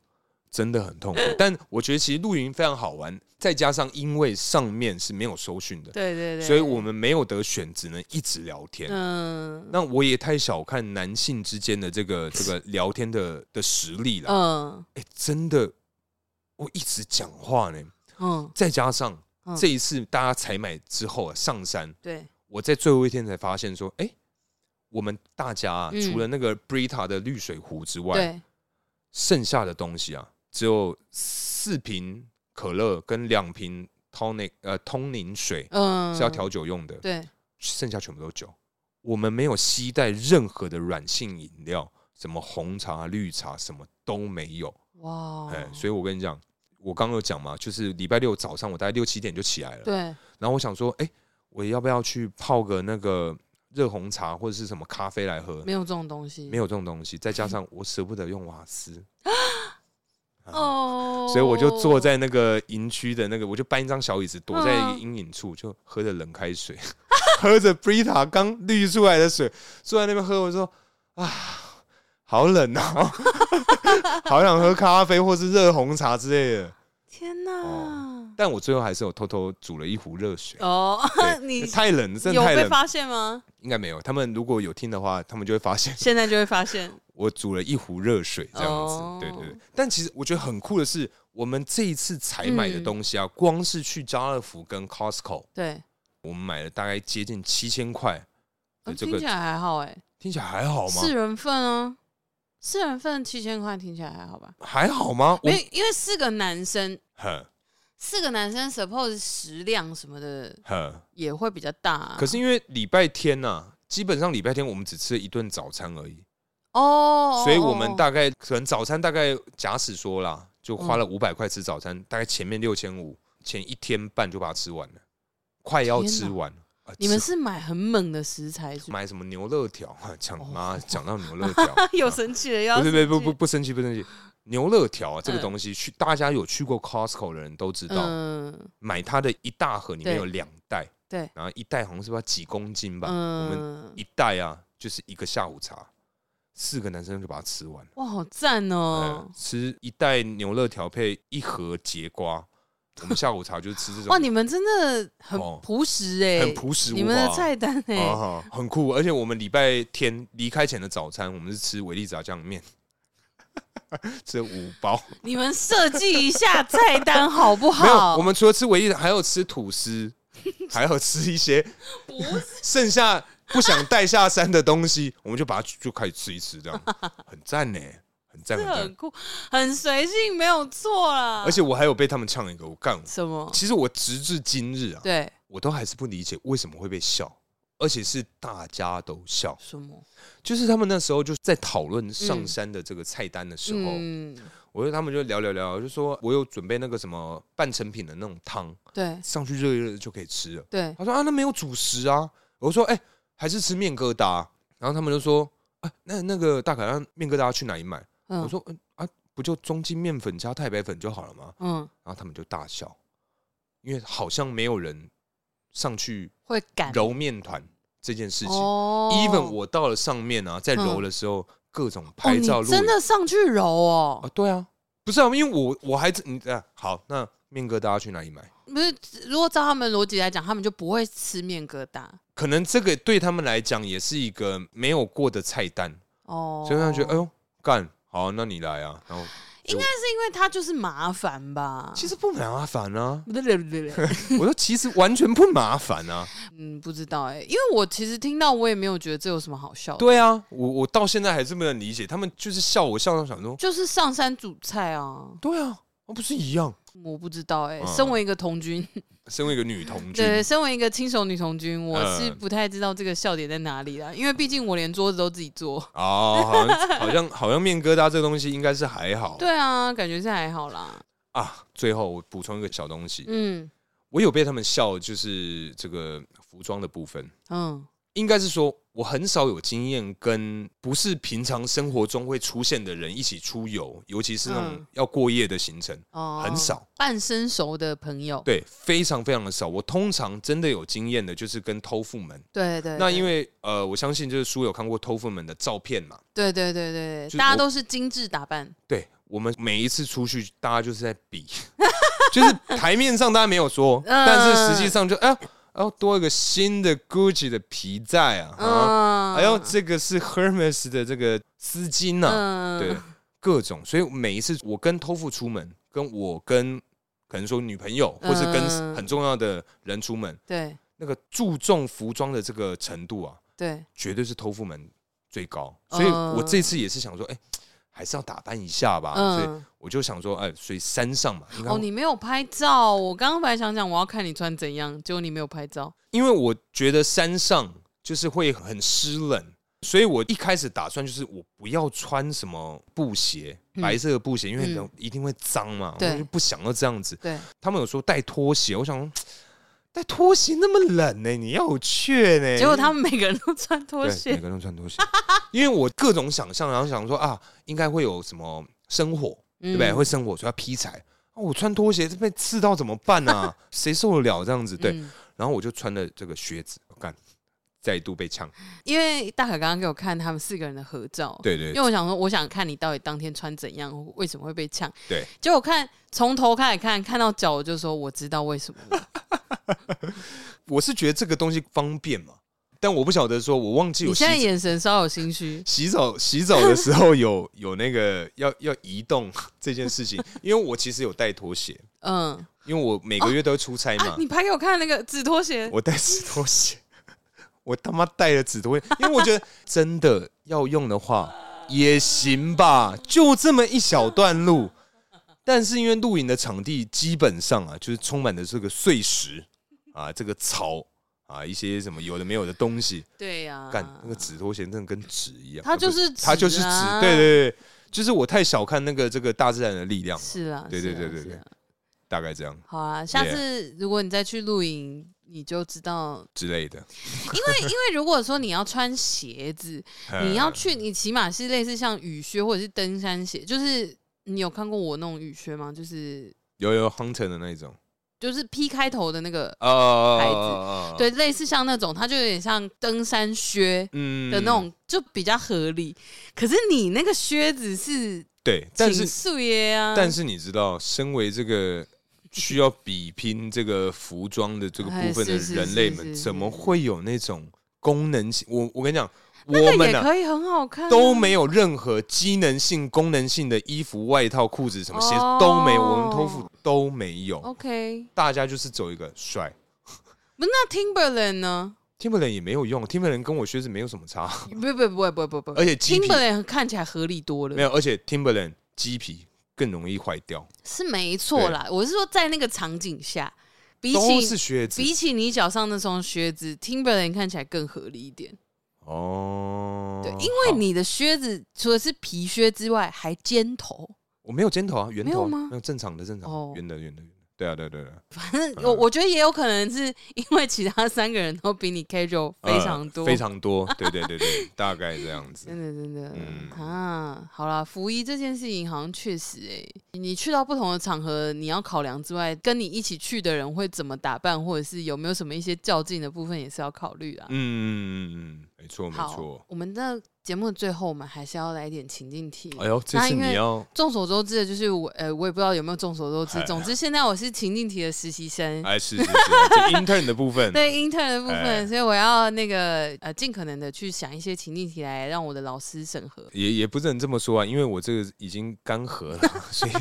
S1: 真的很 痛苦。但我觉得其实露营非常好玩，再加上因为上面是没有收讯的，
S2: 对对对，
S1: 所以我们没有得选，只能一直聊天。
S2: 嗯
S1: 那我也太小看男性之间的这 个这个聊天的的实力了。
S2: 嗯
S1: 哎、真的，我一直讲话呢，
S2: 嗯，
S1: 再加上、
S2: 嗯
S1: 这一次大家采买之后啊，上山，
S2: 对，
S1: 我在最后一天才发现说，哎、我们大家、啊
S2: 嗯
S1: 除了那个 Brita 的绿水壶之外，
S2: 对，
S1: 剩下的东西啊，只有四瓶可乐跟两瓶 tonic 呃通灵水
S2: 嗯，
S1: 是要调酒用的，
S2: 对，
S1: 剩下全部都是酒。我们没有携带任何的软性饮料，什么红茶、绿茶，什么都没有。
S2: 哇，
S1: 哎，所以我跟你讲，我刚刚有讲嘛，就是礼拜六早上我大概六七点就起来了，
S2: 对，
S1: 然后我想说，哎、我要不要去泡个那个热红茶或者是什么咖啡来喝？
S2: 没有这种东西，
S1: 没有这种东西，再加上我舍不得用瓦斯，啊
S2: 哦，
S1: 所以我就坐在那个营区的那个，我就搬一张小椅子，躲在一个
S2: 嗯
S1: 阴影处，就喝着冷开水， 喝着 Brita 刚滤出来的水，坐在那边喝，我就说啊，好冷啊， 好想喝咖啡或是热红茶之类的。
S2: 天哪
S1: 哦，但我最后还是有偷偷煮了一壶热水。
S2: 哦，
S1: 对
S2: 你
S1: 太冷，真的
S2: 有
S1: 太
S2: 被
S1: 冷，
S2: 发现吗？
S1: 应该没有。他们如果有听的话，他们就会发现
S2: 现在就会发 现，
S1: 我煮了一壶热水这样子。
S2: 哦
S1: 对对对。但其实我觉得很酷的是，我们这一次采买
S2: 嗯
S1: 的东西啊，光是去家乐福跟 Costco，
S2: 对，
S1: 我们买了大概接近七千块的
S2: 嗯
S1: 这
S2: 听
S1: 个
S2: 起，来还好哎，
S1: 听起来还好吗
S2: 四？人份啊，四人份七千块听起来还好吧？
S1: 还好吗？我
S2: 因为因为四个男生，
S1: 很
S2: 四个男生 suppose 食量什么的
S1: 很，
S2: 也会比较大啊、
S1: 可是因为礼拜天呐、基本上礼拜天我们只吃了一顿早餐而已，
S2: 哦，
S1: 所以我们
S2: 哦
S1: 大概可能早餐大概假使说啦，就花
S2: 嗯
S1: 了五百块吃早餐，大概前面六千五，前一天半就把它吃完了，快要吃完了。啊
S2: 哦你们
S1: 吃
S2: 是买很猛的食材是吗？
S1: 买什么牛肋条？ 啊讲
S2: 哦
S1: 妈讲到牛
S2: ，
S1: 肋条啊
S2: 有生气了，要
S1: 不是不是
S2: 生
S1: 不
S2: 气
S1: 不不生气不生气，牛肋条啊这个
S2: 嗯
S1: 东西去大家有去过 Costco 的人都知道，
S2: 嗯，
S1: 买它的一大盒里面
S2: 对
S1: 有两袋，
S2: 对，
S1: 然后一袋好像是不是要几公斤吧？我们
S2: 嗯，
S1: 一袋啊就是一个下午茶，四个男生就把它吃完了。
S2: 哇，好赞
S1: 呃
S2: 哦！
S1: 吃一袋牛肋条配一盒节瓜，我们下午茶就是吃这种
S2: 哇，你们真的很
S1: 哦
S2: 朴实哎，
S1: 很朴实无华，
S2: 你们的菜单哎、
S1: 啊很酷。而且我们礼拜天离开前的早餐，我们是吃维力炸酱面， 吃了五包。
S2: 你们设计一下菜 单好不
S1: 没有，
S2: 好？
S1: 我们除了吃维力，还有吃吐司，还有吃一些
S2: 不是
S1: 剩下不想带下山的东西，我们就把它就开始吃一吃，这样很赞呢，很赞 很赞
S2: 很。酷，很随性，没有错啦。
S1: 而且我还有被他们呛一个，我 干。
S2: 什么？
S1: 其实我直至今日啊，
S2: 对，
S1: 我都还是不理解为什么会被笑，而且是大家都笑。
S2: 什么？
S1: 就是他们那时候就是在讨论上山的这个菜单的时候，
S2: 嗯，
S1: 我就他们就聊聊聊，就说我有准备那个什么半成品的那种汤，
S2: 对
S1: 上去热一热就可以吃了。
S2: 对，
S1: 他说啊，那没有主食啊。我说哎、还是吃面疙瘩。然后他们就说啊，那那个大凯让面疙瘩去哪里买？
S2: 嗯，
S1: 我说嗯啊，不就中筋面粉加太白粉就好了吗？
S2: 嗯，
S1: 然后他们就大笑，因为好像没有人上去
S2: 会赶
S1: 揉面团这件事情。
S2: 哦
S1: even 我到了上面啊，在揉
S2: 嗯
S1: 的时候，各种拍照
S2: 哦、
S1: 录
S2: 你
S1: 影、
S2: 真的上去揉哦
S1: 啊，，对啊，不是啊，因为我我还你啊，好，那面疙瘩去哪里买？
S2: 不是？如果照他们逻辑来讲，他们就不会吃面疙瘩
S1: 可能这个对他们来讲也是一个没有过的菜单，
S2: 哦，
S1: 所以他们觉得哎
S2: 应
S1: 呦干好，那你来啊，然后
S2: 该是因为它就是麻烦吧？，
S1: 其实不麻烦啊
S2: 不对不对不对，
S1: 我说其实完全不麻烦 啊，
S2: 嗯，不知道哎、因为我其实听到我也没有觉得这有什么好笑的，，
S1: 对啊，我我到现在还是没有理解，他们就是笑我笑到想说，
S2: 就是上山煮菜啊，
S1: 对啊，那不是一样。
S2: 我不知道哎、
S1: 嗯
S2: 身为一个童军，
S1: 身为一个女童军，
S2: 对，身为一个轻熟女童军，我
S1: 嗯
S2: 是不太知道这个笑点在哪里啦，因为毕竟我连桌子都自己做。
S1: 哦，好像好像好像面疙瘩这个东西应该是还好
S2: 对啊，感觉是还好啦。
S1: 啊。最后我补充一个小东西，
S2: 嗯
S1: 我有被他们笑，就是这个服装的部分，
S2: 嗯，
S1: 应该是说我很少有经验跟不是平常生活中会出现的人一起出游，尤其是那种
S2: 嗯
S1: 要过夜的行程，
S2: 哦，
S1: 很少。
S2: 半生熟的朋友。
S1: 对，非常非常的少。我通常真的有经验的，就是跟偷富们。
S2: 对对，
S1: 那
S2: 对
S1: 因为呃，我相信就是书有看过偷富们的照片嘛，
S2: 对对对对
S1: 就是
S2: 对，大家
S1: 我
S2: 都是精致打扮。
S1: 对我们每一次出去，大家就是在比， 就是台面上大家没有说，
S2: 嗯
S1: 但是实际上就哎呦哎呦多一个新的 Gucci 的皮带啊，啊
S2: 嗯，
S1: 还有这个是 Hermes 的这个丝巾呐、
S2: 嗯
S1: 对，各种。所以每一次我跟偷富出门，跟我跟可能说女朋友，或是跟
S2: 嗯
S1: 很重要的人出门，
S2: 对
S1: 那个注重服装的这个程度啊，
S2: 对，
S1: 绝对是偷富们最高。所以我这次也是想说，哎、还是要打扮一下吧，所以。
S2: 嗯嗯，
S1: 我就想说，哎，所以山上嘛，应该、
S2: 哦，你没有拍照。我刚刚本来想讲我要看你穿怎样，结果你没有拍照。
S1: 因为我觉得山上就是会很湿冷，所以我一开始打算就是我不要穿什么布鞋，
S2: 嗯
S1: 白色的布鞋，因为
S2: 嗯
S1: 人一定会脏嘛，
S2: 对
S1: 我就不想要这样子。
S2: 对，
S1: 他们有说带拖鞋，我想说嗯带拖鞋那么冷呢、你要有雀呢、
S2: 结果他们每个人都穿拖
S1: 对每
S2: 鞋。
S1: 个人都穿拖鞋，因为我各种想象，然后想说啊，应该会有什么生火，对
S2: 对
S1: 不对？会生火，所以要劈柴。啊我穿拖鞋被刺到怎么办 啊？谁受得了这样子？对，
S2: 嗯
S1: 然后我就穿了这个靴子，干，再度被呛。
S2: 因为大可刚刚给我看他们四个人的合照，
S1: 对对
S2: 因为我想说，我想看你到底当天穿怎样，为什么会被呛？
S1: 对，
S2: 结果我看从头开始看，看到脚，我就说我知道为 什么了。
S1: 我是觉得这个东西方便嘛，但我不晓得说，我忘记
S2: 你
S1: 有洗
S2: 现在
S1: 澡，
S2: 眼神稍有心虚
S1: 洗澡洗澡的时候有有那个要要移动 这件事情，因为我其实有带拖鞋，
S2: 嗯
S1: 因为我每个月都会出差嘛，
S2: 啊，你拍给我看那个纸拖鞋，
S1: 我带纸拖鞋， 我他妈带了纸拖鞋，因为我觉得真的要用的话也行吧，就这么一小段路。但是因为露营的场地基本上啊，就是充满了这个碎石啊，这个草啊，一些什么有的没有的东西。
S2: 对呀、
S1: 干那个纸拖鞋真的跟纸一样，
S2: 啊它就
S1: 呃不
S2: 是
S1: 它就是
S2: 纸啊
S1: 纸，对对对，就是我太小看那个这个大自然的力量，
S2: 是啦，
S1: 对对
S2: 是啦
S1: 对对对
S2: 是啦
S1: 大概这样
S2: 好啊，下次如果你再去露营，你就知道，
S1: 之类的。
S2: 因为因为如果说你要穿鞋 子，
S1: 嗯
S2: 你
S1: 哎
S2: 要去，你起码是类似像雨靴或者是登山鞋，就是你有看过我那种雨靴吗？就是
S1: 有有 hunter 的那种
S2: 就是 P 开头的那个，
S1: 哦，子
S2: 牌子对，类似像那种，它就有点像登山靴
S1: 嗯
S2: 的那种，就比较合理。可是你那个靴子是
S1: 对，但
S2: 紧
S1: 是
S2: 素耶啊，
S1: 但是你知道，身为这个需要比拼这个服装的这个部分的
S2: 哎是是
S1: 人类
S2: 是
S1: 们，
S2: 是是
S1: 怎么会有那种功能性？我我跟你讲，我
S2: 那个
S1: 们
S2: 也
S1: 啊
S2: 可以很好看、
S1: 都没。有任何机能性、功能性的衣服、外套、裤子什么鞋子
S2: 哦
S1: 都没有，我们偷服都没有，
S2: OK，
S1: 大家就是走一个帅。
S2: 不，那 Timberland 呢？
S1: Timberland 也没有用，Timberland 跟我靴子没有什么差，
S2: 不不不不不不不
S1: 而且鸡皮
S2: 哦 Timberland 看起来合理多了，
S1: 没有，而且 Timberland 鸡皮更容易坏掉，
S2: 是没错啦。我是说在那个场景下，比
S1: 都
S2: 起
S1: 是靴子
S2: 比起你脚上那双靴子，Timberland 看起来更合理一点。
S1: 哦。
S2: 对，因为
S1: 好
S2: 你的靴子除了是皮靴之外，还尖头。
S1: 我没有尖头啊，圆
S2: 没
S1: 头
S2: 有
S1: 啊
S2: 吗
S1: 没有正常的正常的
S2: 哦
S1: 圆的圆的圆的。对啊，对对对，
S2: 反正我我觉得也有可能是因为其他三个人都比你 casual 非常多，
S1: 呃非常多，对对对对，大概这样子。
S2: 真的真的、
S1: 嗯
S2: 啊，好啦，服役这件事情好像确实哎、你去到不同的场合，你要考量之外，跟你一起去的人会怎么打扮，或者是有没有什么一些较劲的部分，也是要考虑啦。
S1: 嗯嗯嗯嗯，嗯没错没错
S2: 好。，我们的节目的最后，我们还是要来一点情境题。
S1: 哎呦，这
S2: 嗯那
S1: 次
S2: 因为
S1: 你 要
S2: 众所周知的就是我，呃，我也不知道有没有众所周知
S1: 哎。
S2: 总之，现在我是情境题的实习生，
S1: 哎是是是， 这 intern 的部分，
S2: 对 intern 的部
S1: 哎
S2: 分，所以我要那个呃，尽可能的去想一些情境题来让我的老师审核。
S1: 也也不能这么说啊，因为我这个已经干涸 了，所以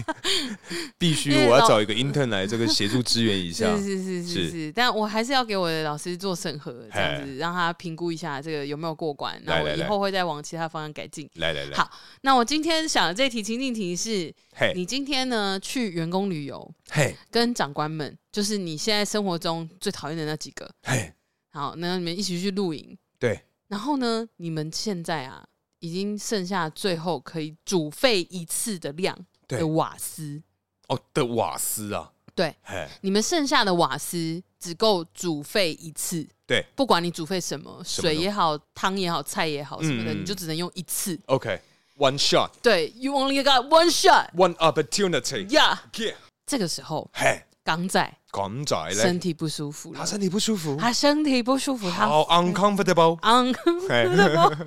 S1: 必须
S2: 因为
S1: 我要
S2: 老
S1: 找一个 intern 来这个协助支援一下
S2: 是。是是
S1: 是
S2: 是是，但我还是要给我的老师做审核，这样
S1: 哎
S2: 子让他评估一下这个有没有过关，
S1: 来
S2: 然后我
S1: 来
S2: 以
S1: 来
S2: 后会再往其他方向改进。
S1: 来来来，
S2: 好那我今天想的这题情境题是，
S1: 嘿
S2: 你今天呢去员工旅游，
S1: 嘿
S2: 跟长官们，就是你现在生活中最讨厌的那几个，
S1: 嘿，
S2: 好，那你们一起去露营，
S1: 对，
S2: 然后呢，你们现在啊，已经剩下最后可以煮沸一次的量
S1: 对
S2: 的瓦斯，
S1: 哦的瓦斯啊，
S2: 对，
S1: 嘿，
S2: 你们剩下的瓦斯只够煮沸一次。
S1: 对，
S2: 不管你煮沸什么，
S1: 什么
S2: 水
S1: 都
S2: 也好，汤也好，菜也好，什么的，
S1: 嗯
S2: 你就只能用一次。
S1: OK，one shot，one
S2: 对，you only got one shot。
S1: opportunity，
S2: Yeah，
S1: Yeah
S2: 这个时候
S1: 嘿，
S2: 港仔
S1: 港仔嘞
S2: 身，体不舒服
S1: 哎他
S2: 了，
S1: 身体不舒服，
S2: 他身体不舒服，他
S1: 好啊 uncomfortable，
S2: un
S1: 嘿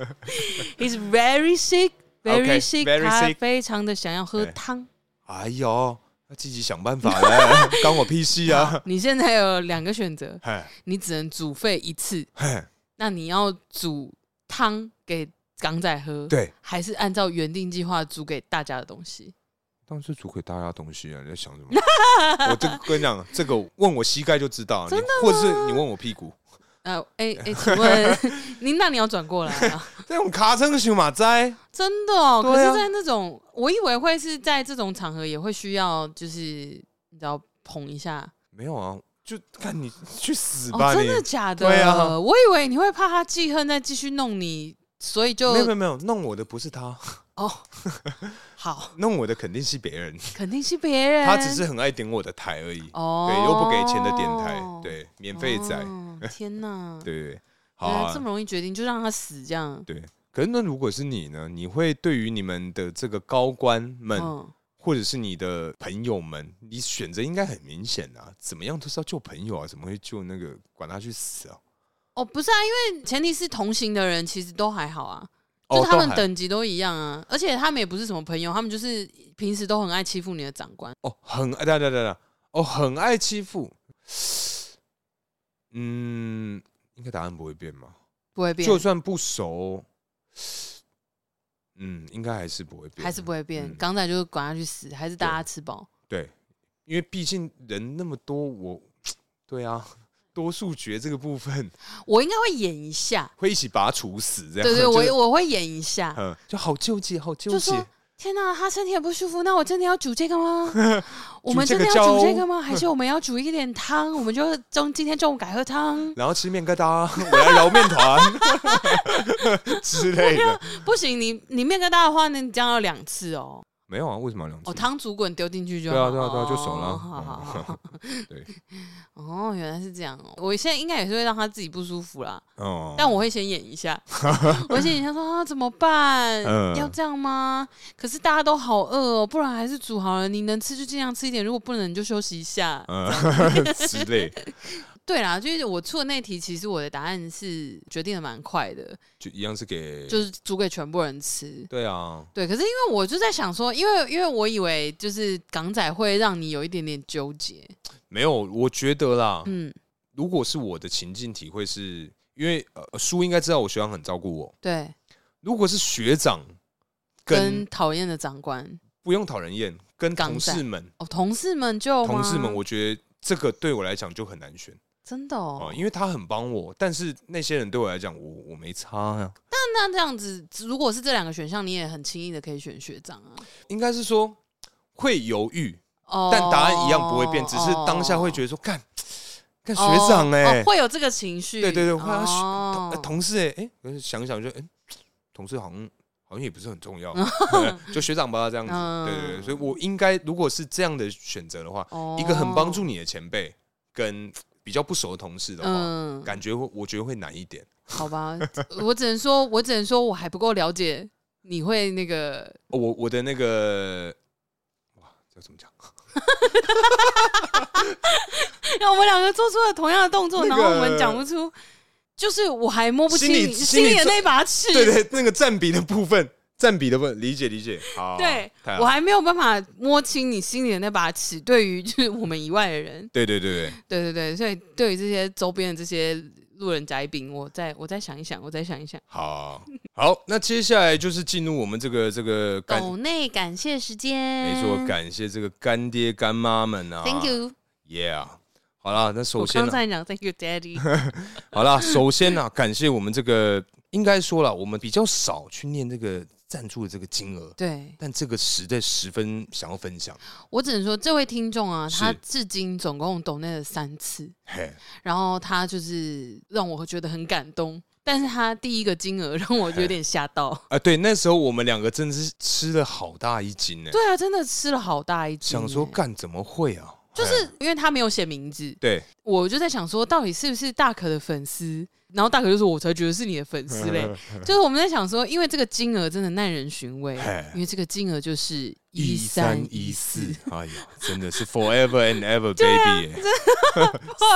S2: he's very sick
S1: Okay,
S2: very sick，
S1: very
S2: 他
S1: sick
S2: 非常的想要喝
S1: 哎
S2: 汤。
S1: 哎呦，要自己想办法 嘞，关我屁事啊！
S2: 你现在有两个选择，
S1: 嘿，
S2: 你只能煮沸一次，
S1: 嘿，
S2: 那你要煮汤给港仔喝，
S1: 对，
S2: 还是按照原定计划煮给大家的东西？
S1: 当时煮给大家东西啊，你在想什 么？我这个跟你讲，这个问我膝盖就知道，你或者是你问我屁股，
S2: 呃，哎、 哎、请问 您那你要转过来啊？
S1: 这种卡称熊马仔，
S2: 真的哦，可
S1: 对啊
S2: 是，在那种我以为会是在这种场合也会需要，就是你知道捧一下。
S1: 没有啊，就看你去死吧
S2: 哦，真
S1: 你！
S2: 的假的？
S1: 对啊
S2: 我以为你会怕他记恨再继续弄你，所以就
S1: 没有没有没有，弄我的不是他，
S2: 哦，好，
S1: 弄我的肯定是别人，
S2: 肯定是别人，
S1: 他只是很爱点我的台而已。
S2: 哦，
S1: 对，又不给钱的电台，对，免费仔，
S2: 哦天哪
S1: ，对对对，好
S2: 原来这
S1: 啊。
S2: 么容易决定，就让他死这样。
S1: 对，可是那如果是你呢？你会对于你们的这个高官们，
S2: 嗯，
S1: 或者是你的朋友们，你选择应该很明显啊，怎么样都是要救朋友啊，怎么会救那个管他去死啊？
S2: 哦，不是啊，因为前提是同行的人其实都还好啊。
S1: 哦
S2: 就他们
S1: 都还
S2: 等级都一样啊，而且他们也不是什么朋友，他们就是平时都很爱欺负你的长官。
S1: 哦，很爱，对对对对，哦，很爱欺负。嗯，应该答案不会变嘛？
S2: 不会变，
S1: 就算不熟，嗯，应该还是不会变，
S2: 还是不会变
S1: 嗯。
S2: 港仔就是管他去死，还是大家吃饱。
S1: 对，因为毕竟人那么多，我对啊，多数决这个部分
S2: 我应该会演一下，
S1: 会一起把他处死，这样
S2: 对对，
S1: 啊就是
S2: 我我会演一下。
S1: 嗯，就好纠结，好纠
S2: 就
S1: 结
S2: 说。天哪、他身体也不舒服，那我真的要煮这 个吗？我们
S1: 煮这
S2: 真
S1: 个
S2: 的要煮
S1: 粥
S2: 这个吗？还 是我们要煮一点汤？我们就中今天中午改喝汤？
S1: 然后吃面疙瘩，啊我来揉面团啊 之类的。
S2: 不行，你你面疙瘩的话，那你这样要两次哦。
S1: 没有啊，为什么要两次？
S2: 哦，汤煮滚丢进去就
S1: 对啊
S2: 好
S1: 对啊对啊
S2: 哦
S1: 就熟了啊
S2: 好好好好，
S1: 对。
S2: 哦，原来是这样哦。我现在应该也是会让他自己不舒服啦，
S1: 哦，
S2: 但我会先演 一下，我会先演一下说啊怎么办？
S1: 嗯
S2: 要这样吗？可是大家都好饿哦，不然还是煮好了。你能吃就尽量吃一点，如果不能你就休息一下。
S1: 嗯之类，
S2: 对啦，就是我出的那题，其实我的答案是决定的蛮快的，
S1: 就一样是给，
S2: 就是煮给全部人吃。
S1: 对啊，
S2: 对，可是因为我就在想说，因为因为我以为就是港仔会让你有一点点纠结，
S1: 没有，我觉得啦，
S2: 嗯，
S1: 如果是我的情境体会是，因为呃，叔应该知道我学长很照顾我，
S2: 对，
S1: 如果是学长
S2: 跟
S1: 跟
S2: 讨厌的长官
S1: 不用讨人厌，跟
S2: 港
S1: 同
S2: 仔
S1: 事们，
S2: 哦，同事们就
S1: 同事
S2: 吗
S1: 们，我觉得这个对我来讲就很难选
S2: 真的哦
S1: 哦，，因为他很帮我，但是那些人对我来讲，我我没差啊。
S2: 那那这样子，如果是这两个选项，你也很轻易的可以选学长啊，
S1: 应该是说会犹豫，
S2: 哦，
S1: 但答案一样不会变，只是当下会觉得说干干学长
S2: 哦
S1: 哎、
S2: 哦会有这个情绪，
S1: 对对对会啊学
S2: 哦
S1: 呃同事哎、哎，可是想一想就哎、同事好像好像也不是很重 要，就学长吧这样子，
S2: 嗯
S1: 对对对，所以我应该如果是这样的选择的话，
S2: 哦
S1: 一个很帮助你的前辈跟比较不熟的同事的话，
S2: 嗯，
S1: 感觉会我觉得会难一点。
S2: 好吧，我只能说，我只能说我还不够了解你会那个，
S1: 哦我我的那个哇，这怎么讲？
S2: 让我们两个做出了同样的动作，
S1: 那个
S2: 然后我们讲不出就是我还摸不清
S1: 心里
S2: 你
S1: 心里
S2: 里的那把尺，
S1: 对对，那个占比的部分，占比的部分，理解理解。好，
S2: 对
S1: 哦太好
S2: 我还没有办法摸清你心里的那把尺，对于就是我们以外的人，
S1: 对对对对，
S2: 对对对，所以对于这些周边的这些路人甲乙丙，我再我再想一想，我再想一想。
S1: 好好，那接下来就是进入我们这个这个干，
S2: 抖内感谢时间，
S1: 没错，感谢这个干爹干妈们啊
S2: Thank you，、
S1: ，Yeah。好啦，那首
S2: 我
S1: 先
S2: 刚
S1: 呢、
S2: 才讲 Thank you Daddy，
S1: 好啦，首先呢、感谢我们这个，应该说了，我们比较少去念这个赞助的这个金额，
S2: 对
S1: 但这个实在十分想要分享。
S2: 我只能说这位听众啊，
S1: 是
S2: 他至今总共抖内了三次，
S1: 嘿，。
S2: 然后他就是让我觉得很感动，但是他第一个金额让我有点吓到
S1: 啊，对，那时候我们两个真的是吃了好大一惊呢、
S2: 对啊，真的吃了好大一惊欸、
S1: 想说干怎么会啊？
S2: 就是
S1: 嘿
S2: 因为他没有写名字，
S1: 对，
S2: 我就在想说，到底是不是大可的粉丝？然后大可就说：“我才觉得是你的粉丝 嘞。”就是我们在想说，因为这个金额真的耐人寻味
S1: 嘿，
S2: 因为这个金额就是
S1: 一三一四， 哎呀，真的是 forever and ever baby，耶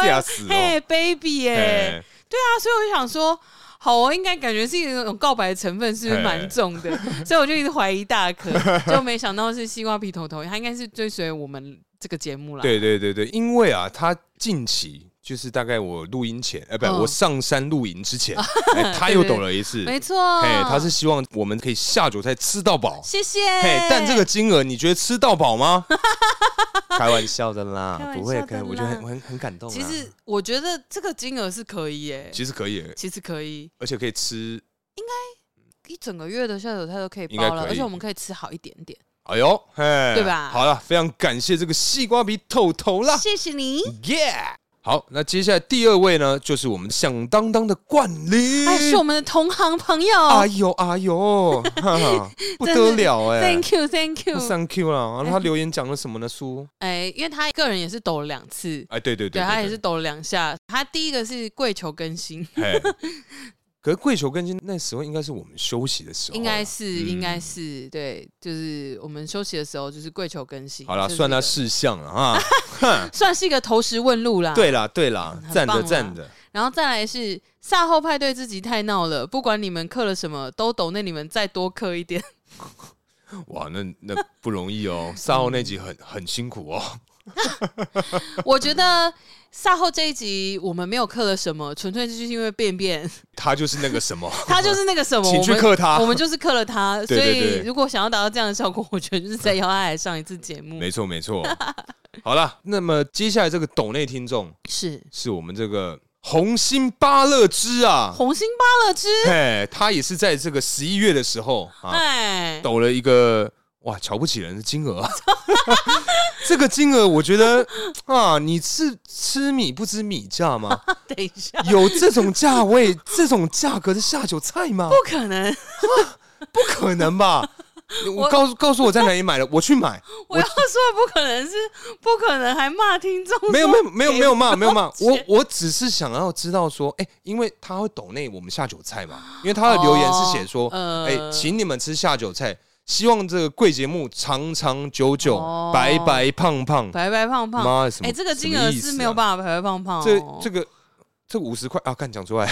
S1: 吓死哦！
S2: 啊哎嘿，baby 耶、
S1: 哎，
S2: 啊，所以我就想说，好、哦，应该感觉是一种告白的成分，是不是蛮重 的？所以我就一直怀疑大可，就没想到是西瓜皮头头，他应该是追随我们这个节目啦。
S1: 对对对对，因为啊，他近期就是大概我录音前，呃，不，
S2: 嗯
S1: 我上山露营 之前，哎他又抖了一次，
S2: 没错，
S1: 哎，他是希望我们可以下酒菜吃到饱，
S2: 谢谢
S1: 嘿，，但这个金额你觉得吃到饱 吗？开玩笑的啦
S2: 开玩笑的啦
S1: 不会，开，我觉得很我很很感动啊。
S2: 其实我觉得这个金额是可以耶、
S1: 其实可以，
S2: 其实可以。
S1: 而且可以吃，
S2: 一整个月的下酒菜都可以
S1: 应该
S2: 包了，
S1: 可以
S2: 而且我们可以吃好一点点。
S1: 哎呦，嘿，对
S2: 吧
S1: 好了，非常感谢这个西瓜皮头头啦
S2: 谢谢你。
S1: ，Yeah。好，那接下来第二位呢，就是我们响当当的冠霖，
S2: 哎，是我们的同行朋友。
S1: 哎呦哎 呦，哈哈不得了哎、
S2: Thank you，Thank you。
S1: Thank you 啦！然后他留言讲了什么呢？叔，
S2: 哎，因为他个人也是抖了两次，
S1: 哎，对对
S2: 对他也
S1: 对哦
S2: 是抖了两下。他第一个是跪求更新，
S1: 对，嘿可是跪求更新那时候应该是我们休息的时候啦，
S2: 应该是
S1: 嗯
S2: 应该是对，就是我们休息的时候就是跪求更新。
S1: 好啦，
S2: 这
S1: 算
S2: 一个
S1: 他事项了 啊。
S2: 算是一个投石问路啦。，
S1: 对啦，对啦，
S2: 很
S1: 赞
S2: 棒
S1: 的
S2: 啊啦
S1: 赞的，
S2: 然后再来是赛后派对自己太闹了，不管你们刻了什么，都抖那你们再多刻 一点。
S1: 哇，那那不容易哦，赛后那集很很辛苦哦。
S2: 我觉得赛后这一集我们没有刻了什么，纯粹就是因为便便，
S1: 他就是那个什 么，
S2: 他就是那个什么，
S1: 请
S2: 我
S1: 去
S2: 们
S1: 克他
S2: 我们就是刻了他。
S1: 对对对
S2: 所以如果想要达到这样的效果，我觉得就是再邀他来上一次节目。
S1: 没错没错。好了，那么接下来这个抖内听众
S2: 是
S1: 是我们这个红心芭乐汁啊，
S2: 红心芭乐汁，
S1: 哎，他也是在这个十一月的时候啊，
S2: 哎，
S1: 抖了一个哇瞧不起人的金额 啊。这个金额，我觉得啊，你是吃米不知米价吗？
S2: 等一下，
S1: 有这种价位、这种价格的下酒菜吗？
S2: 不可能，
S1: 不可能 吧？我告诉告诉我在哪里买的，我去买。
S2: 我要说的不可能是不可能，还骂听众说
S1: 没有没有没有没有骂没有骂，
S2: 给不
S1: 我
S2: 起
S1: 我只是想要知道说，哎、因为他会抖内我们下酒菜嘛，因为他的留言是写说，哎、
S2: 哦呃
S1: 请你们吃下酒菜，希望这个贵节目长长久久，
S2: 哦
S1: 白白胖胖。
S2: 白白胖胖，
S1: 妈的，什么？
S2: 哎，这个金
S1: 什么
S2: 额
S1: 意思啊
S2: 是没有办法白白胖胖哦，
S1: 这这个这五十块啊，干讲出 来，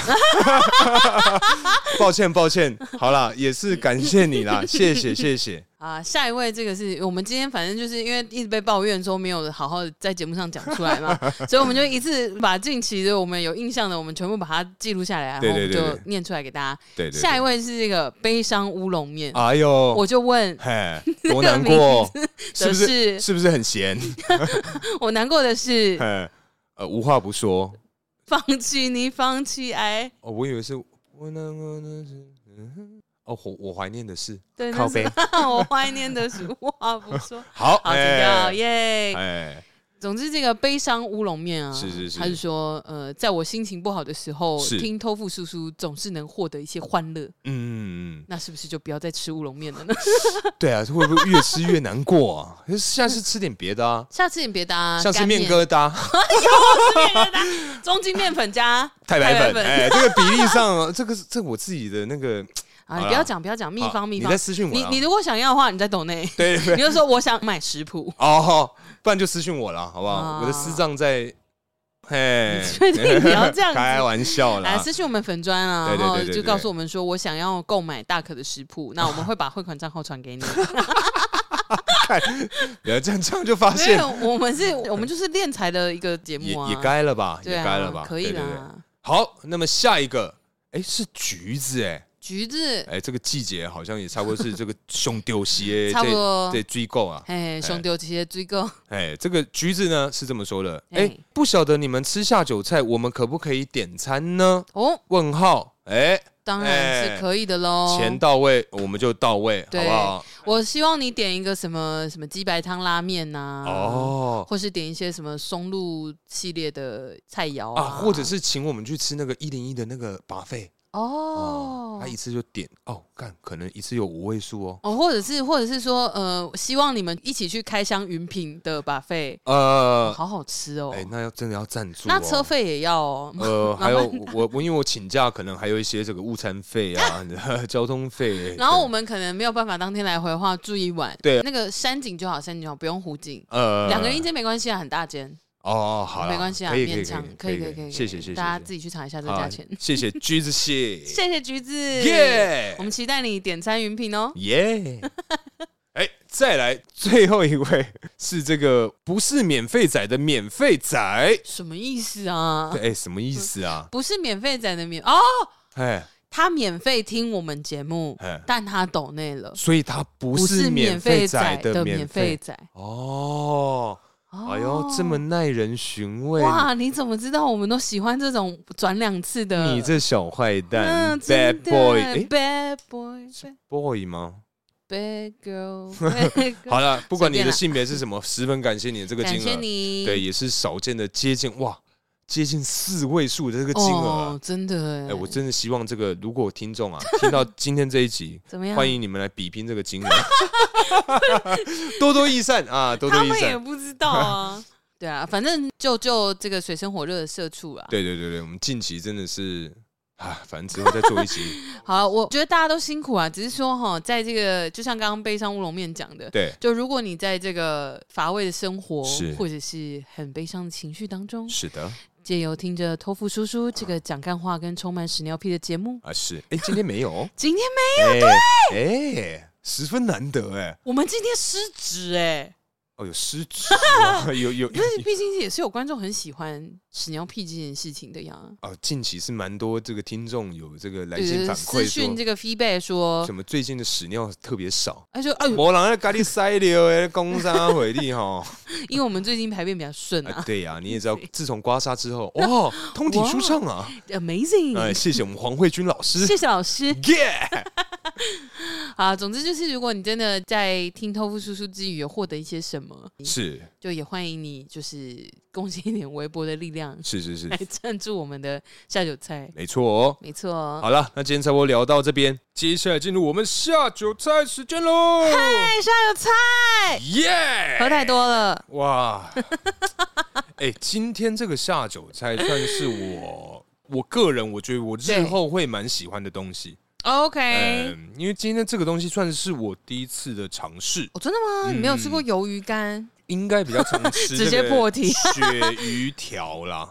S1: 抱歉抱歉，好啦，也是感谢你啦，谢谢谢谢。
S2: 啊，下一位这个是我们今天反正就是因为一直被抱怨说没有好好地在节目上讲出 来嘛，所以我们就一次把近期的我们有印象的，我们全部把它记录下来，然后
S1: 对
S2: 我
S1: 对
S2: 们
S1: 对
S2: 就
S1: 对
S2: 念出来给大家。
S1: 对对对
S2: 下一位是这个悲伤乌龙面，
S1: 哎呦，
S2: 我就问
S1: 嘿，
S2: 那
S1: 多
S2: 个
S1: 难
S2: 名
S1: 过，
S2: 字
S1: 是不是？
S2: 是
S1: 是不是很 闲？
S2: 我难过 的是
S1: 嘿，呃，无话不说。
S2: 放弃你，放弃爱，
S1: 哦，我以为是我难过的是，嗯哼哦，我我怀念的是
S2: 对，
S1: 靠
S2: 那
S1: 背
S2: 是 我怀念的是无话不 说。
S1: 好，
S2: 好，剪掉耶！
S1: 哎，
S2: 总之，这个悲伤乌龙面啊，
S1: 是是是
S2: 他是说，呃，在我心情不好的时候，
S1: 是
S2: 听偷富叔叔总是能获得一些欢乐，
S1: 嗯，
S2: 那是不是就不要再吃乌龙面了 呢？
S1: 对啊，会不会越吃越难过啊？下次吃点别的啊，
S2: 下次你别搭，
S1: 像是
S2: 干
S1: 面
S2: 面
S1: 疙瘩。
S2: 中筋面粉加
S1: 太白
S2: 太白
S1: 粉，
S2: 粉
S1: 哎，这个比例上，这个是这我自己的那个
S2: 啊，
S1: 好
S2: 你
S1: 啦
S2: 不要讲，不要 讲秘
S1: 好
S2: 方秘
S1: 你
S2: 方
S1: 在。私信我
S2: 你
S1: 啦，
S2: 你如果想要的话，你在抖内，
S1: 对啊对
S2: 你就说我想买食谱。
S1: 哦，不然就私信我了，好不好？
S2: 啊
S1: 我的私账在嘿，
S2: 确定你要这样子
S1: 开玩笑
S2: 来
S1: 啦，
S2: 私信我们粉砖啊，
S1: 对对对
S2: 然后
S1: 对对啊
S2: 就告诉我们说我想要购买大可的食谱，那我们会把汇款账号传给你。
S1: 不要这样，这样就发
S2: 没
S1: 现
S2: 有，我们是，我们就是练财的一个节
S1: 也
S2: 目啊，
S1: 也该了吧，也
S2: 对啊，
S1: 该了吧，
S2: 可以
S1: 对对对
S2: 啦。
S1: 好，那么下一个，哎，是橘子，哎
S2: 橘子，
S1: 哎，这个季节好像也差不多是这个熊丢鞋，
S2: 差不
S1: 这
S2: 多，
S1: 这追购啊，
S2: 哎，兄弟，这些追购，
S1: 哎，这个橘子呢是这么说的，哎
S2: 哎，
S1: 不晓得你们吃下酒菜，我们可不可以点餐呢？
S2: 哦，
S1: 问号，哎，
S2: 当然是可以的喽。
S1: 钱到位我们就到位，好
S2: 哦对
S1: 不好？
S2: 我希望你点一个什么什么鸡白汤拉面呐，，
S1: 哦。
S2: 或是点一些什么松露系列的菜肴
S1: 啊，
S2: 啊，
S1: 或者是请我们去吃那个一零一的那个把费
S2: 哦
S1: 他，一次就点哦，干可能一次有五位数哦。
S2: 哦，或者是或者是说，呃，希望你们一起去开箱云品的把费，
S1: 呃，
S2: 哦好好吃哦。
S1: 哎、那要真的要赞助、哦，
S2: 那车费也要哦。
S1: 呃，还有我我因为我请假，可能还有一些这个午餐费啊、 交通费。
S2: 然后我们可能没有办法当天来回的话，住一晚。
S1: 对啊
S2: 那个山景就好，山景就好，不用湖景。
S1: 呃
S2: 两个人一间没关系啊，很大间，
S1: 哦，好啦，
S2: 没关系啊，
S1: 可以可以
S2: 勉强
S1: 可
S2: 以
S1: 以
S2: 可
S1: 可
S2: 以
S1: 以，谢谢谢谢，
S2: 大家
S1: 谢谢
S2: 自己去查一下这
S1: 好
S2: 价钱。
S1: 谢 谢橘子蟹，
S2: 谢谢橘子，
S1: 耶
S2: 我们期待你点餐云品哦。
S1: 耶。哎，再来最后一位是这个不是免费仔的免费仔，
S2: 什么意思啊
S1: 对？哎，什么意思啊？
S2: 不是免费仔的免哦，
S1: 哎
S2: 他免费听我们节目，
S1: 哎，
S2: 但他抖内了。
S1: 所以他不
S2: 不
S1: 是
S2: 是
S1: 免
S2: 免
S1: 费
S2: 费
S1: 仔
S2: 仔
S1: 的免
S2: 免
S1: 费
S2: 费仔。
S1: 哦。哎呦
S2: 哦，
S1: 这么耐人寻味，
S2: 哇！你怎么知道我们都喜欢这种转两次的？
S1: 你这小坏蛋
S2: 嗯
S1: ，bad
S2: 真的
S1: boy，哎
S2: bad boy bad
S1: ，boy 吗？
S2: bad girl bad girl。
S1: 好了，不管你
S2: 随便
S1: 的
S2: 啦
S1: 性别是 什么，十分感谢你的这个
S2: 感
S1: 金
S2: 谢
S1: 额，
S2: 你。
S1: 对，也是少见的接近哇，接近四位数的这个金额啊
S2: 哦，。真的
S1: 哎，我真的希望这个如果听众啊听到今天这一 集，
S2: 怎么样？
S1: 欢迎你们来比拼这个金额， 多多益善啊，多多
S2: 他
S1: 益
S2: 们也
S1: 善。
S2: 不知道啊。 对啊，反正就就这个水深火热的社畜啊。
S1: 对对对对，我们近期真的是啊，反正之后再做一集，
S2: 好，我觉得大家都辛苦啊，只是说哈，在这个就像刚刚悲伤乌龙面讲的，
S1: 对，
S2: 就如果你在这个乏味的生活
S1: 是，
S2: 或者是很悲伤的情绪当中，
S1: 是的。
S2: 借由听着托付叔叔这个讲干话跟充满屎尿屁的节目，
S1: 啊，是，哎、今天没有 哦，
S2: 今天没，
S1: 没有，对，哎、十分难得哎，
S2: 我们今天失职 哎、
S1: 哦，有失职啊， 有有
S2: 但是毕竟也是有观众很喜欢屎尿屁这件事情的 呀。
S1: 哦，近期是蛮多这个听众有这个来
S2: 对
S1: 信
S2: 对，
S1: 反
S2: 呃私
S1: 馈
S2: 讯
S1: 说，
S2: 这个 feedback 说，
S1: 什么最近的屎尿特别少，
S2: 他说哎呦，
S1: 没人在咖喱塞流哎，工伤回力 哈，
S2: 因为我们最近排便比较顺
S1: 啊
S2: 啊
S1: 对呀、你也知道，自从刮痧之后，哇，通体舒畅啊，
S2: ，amazing，、
S1: 哎，谢谢我们黄慧君老师
S2: 谢谢老师。
S1: ，Yeah，
S2: 啊，总之就是，如果你真的在听豆腐叔叔之余有获得一些什么，
S1: 是
S2: 就也欢迎你就是贡献一点微薄的力量
S1: 是是
S2: 来
S1: 是，
S2: 赞助我们的下酒 菜。
S1: 没错哦。
S2: 没错哦，
S1: 好了，那今天差不多聊到这边，接下来进入我们下酒菜时间喽。
S2: 哎，下酒菜
S1: 耶！
S2: 喝太多了，
S1: 哇！ 哎、今天这个下酒菜算是我我个人，我觉得我日
S2: 对
S1: 后会蛮喜欢的东西。
S2: OK，、
S1: 嗯，因为今天这个东西算是我第一次的尝试，
S2: 哦，真的吗？
S1: 嗯
S2: 你没有吃过鱿鱼干？
S1: 应该比较常吃。
S2: 直接破题
S1: 鳕鱼条 啦，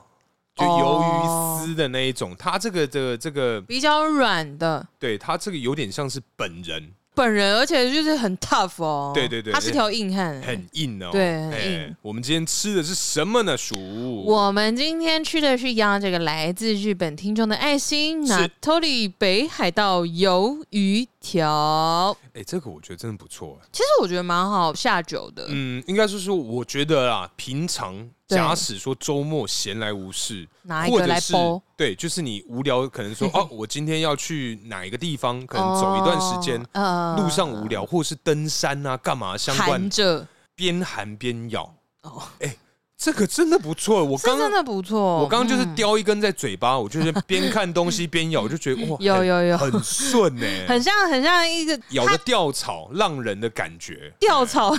S1: 就鱿
S2: 哦
S1: 鱼丝的那一种。它这个的这个，
S2: 比较软的，
S1: 对它这个有点像是本人，
S2: 本人而且就是很 tough 哦。
S1: 对对对
S2: 他是条硬汉。
S1: 很硬哦。
S2: 对很
S1: 哎
S2: 硬
S1: 我们今天吃的是什么呢？鼠，
S2: 我们今天吃的是要这个来自日本听众的爱心，那 t o l y 北海道鱿鱼条。
S1: 哎、这个我觉得真的不错、哎
S2: 其实我觉得蛮好下酒的，
S1: 嗯，应该是说，我觉得啦，平常
S2: 对
S1: 假使说周末闲来无事，
S2: 拿一
S1: 或
S2: 个
S1: 者
S2: 来
S1: 是
S2: 包。
S1: 对，就是你无聊，可 能说哦，我今天要去哪一个地方，可能走一段时间，
S2: 哦呃
S1: 路上无聊，或是登山啊，干嘛相关
S2: 含，着，
S1: 边含边咬。哦
S2: 哦，
S1: 哎、这个真的不错，我
S2: 是
S1: 刚
S2: 真
S1: 刚。
S2: 的不错。
S1: 我刚刚就是
S2: 嗯
S1: 叼一根在嘴巴，我就是边看东 西边咬，我就觉得哇，
S2: 有
S1: 很
S2: 有有
S1: 很顺欸呢、
S2: 很像很像一个
S1: 咬的吊草，浪人的感觉，
S2: 吊草。
S1: 哎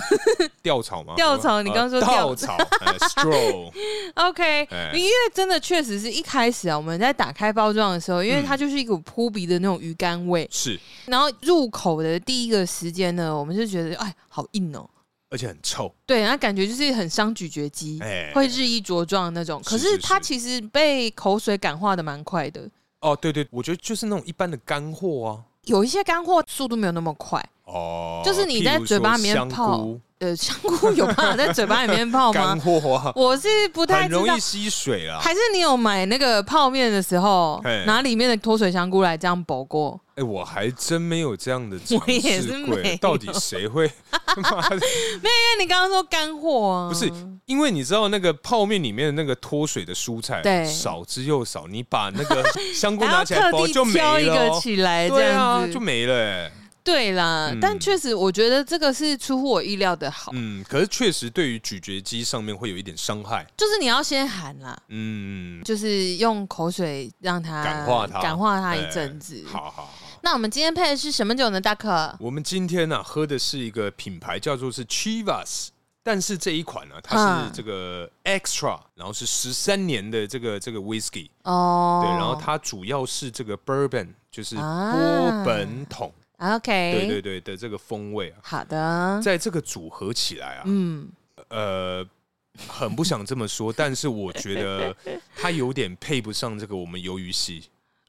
S1: 吊草吗？
S2: 吊草
S1: 呃
S2: 你刚刚说
S1: 稻
S2: 吊
S1: 草呃，straw，
S2: OK，
S1: 哎
S2: 因为真的确实是一开始啊，我们在打开包装的时候，因
S1: 嗯
S2: 为它就是一股扑鼻的那种鱼干味，
S1: 是
S2: 然后入口的第一个时间呢，我们就觉得哎，好硬哦。
S1: 而且很臭，
S2: 对，然后感觉就是很伤咀嚼肌，
S1: 哎，
S2: 会日益茁壮的那种。可
S1: 是是
S2: 是它
S1: 是
S2: 其实被口水感化的蛮快的，
S1: 哦，对对，我觉得就是那种一般的干货啊，
S2: 有一些干货速度没有那么快。
S1: 哦，
S2: 就是你在
S1: 譬如
S2: 嘴巴
S1: 说
S2: 里面
S1: 香
S2: 泡
S1: 菇
S2: 呃，香菇有办法在嘴巴里面泡吗
S1: 干？货啊，
S2: 我是不太
S1: 很
S2: 知道
S1: 容，易吸水啊啦。
S2: 还是你有买那个泡面的时候
S1: 嘿
S2: 拿里面的脱水香菇来这样剥过？
S1: 哎，我还真没有这样的尝
S2: 我也
S1: 试
S2: 是
S1: 过
S2: 没有嗯
S1: 到底谁会？ 妈的，
S2: 因为你刚刚说干货啊，
S1: 不是因为你知道那个泡面里面的那个脱水的蔬菜
S2: 对
S1: 少之又少，你把那个香菇
S2: 还要
S1: 拿起来
S2: 特
S1: 包
S2: 地
S1: 就没
S2: 挑一
S1: 了
S2: 个
S1: 哦，
S2: 起来哎这
S1: 对
S2: 样
S1: 啊，
S2: 子，
S1: 就没了哎。
S2: 对啦。
S1: 嗯
S2: 但确实，我觉得这个是出乎我意料的好，
S1: 嗯，可是确实对于咀嚼肌上面会有一点伤害。
S2: 就是你要先喊啦。
S1: 嗯，
S2: 就是用口水让它
S1: 感化它
S2: 感化它一
S1: 哎
S2: 阵子。
S1: 好好好。
S2: 那我们今天配的是什么酒呢，大可？
S1: 我们今天呢、喝的是一个品牌叫做是 Chivas，但是这一款呢、它是
S2: 嗯
S1: 这个 Extra，然后是十三年的这个这个 Whisky，
S2: 哦，
S1: 对，然后它主要是这个 Bourbon，就是
S2: 啊
S1: 波本桶，
S2: 它啊 OK，
S1: 对对对的这个风味啊，
S2: 好的，
S1: 在这个组合起来啊，
S2: 嗯，
S1: 呃。很不想这么说，但是我觉得它有点配不上这个我们鱿鱼系。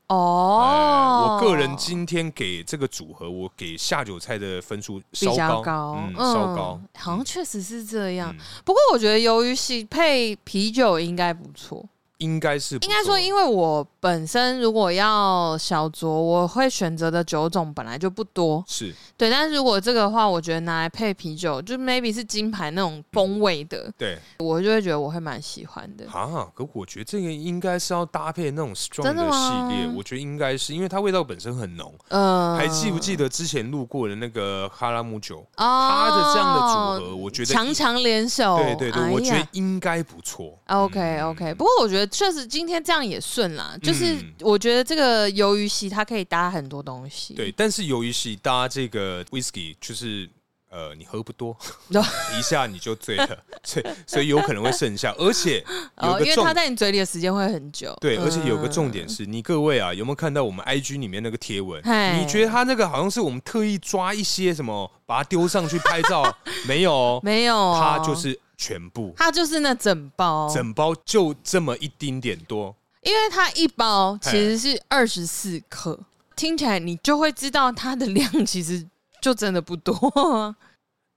S2: 哦
S1: 哎，我个人今天给这个组合，我给下酒菜的分数
S2: 比
S1: 稍
S2: 较
S1: 高，
S2: 高，
S1: 嗯，稍高，
S2: 好像确实是这样
S1: 嗯。
S2: 不过我觉得鱿鱼系配啤酒应该不错，
S1: 应该是不
S2: 应该
S1: 错
S2: 说，因为我本身如果要小酌，我会选择的酒种本来就不多，
S1: 是
S2: 对。但是如果这个的话，我觉得拿来配啤酒，就 maybe 是金牌那种
S1: 嗯
S2: 风味的，
S1: 对
S2: 我就会觉得我会蛮喜欢的。
S1: 啊，可我觉得这个应该是要搭配那种 strong
S2: 真的
S1: 系列
S2: 吗，
S1: 我觉得应该是因为它味道本身很浓。
S2: 嗯、
S1: 还记不记得之前录过的那个哈拉姆酒？
S2: 哦？
S1: 它
S2: 他
S1: 的这样的组合，我觉得
S2: 强强联手，
S1: 对对
S2: 哎
S1: 对，
S2: 呀
S1: 我觉嗯得应该不错。
S2: OK OK，不过我觉得确实今天这样也顺啦，就是
S1: 嗯
S2: 我觉得这个鱿鱼席它可以搭很多东西。
S1: 对，，但是由于是搭这个 whisky，就是呃，你喝不多
S2: 哦，
S1: 一下你就醉了， 所以所以有可能会剩下，而且有
S2: 哦，
S1: 一个
S2: 因为
S1: 重
S2: 它在你嘴里的时间会很久。
S1: 对，
S2: 嗯
S1: 而且有个重点是，你各位啊，有没有看到我们 IG 里面那个贴文？
S2: 嗨
S1: 你觉得他那个好像是我们特意抓一些什么，把它丢上去拍照？ 没有哦，
S2: 没有哦，
S1: 它就是全部，
S2: 它就是那整包，
S1: 整包就这么一丁点多。
S2: 因为它一包
S1: 嘿
S2: 其实是二十四克，听起来你就会知道它的量其实就真的不多 啊。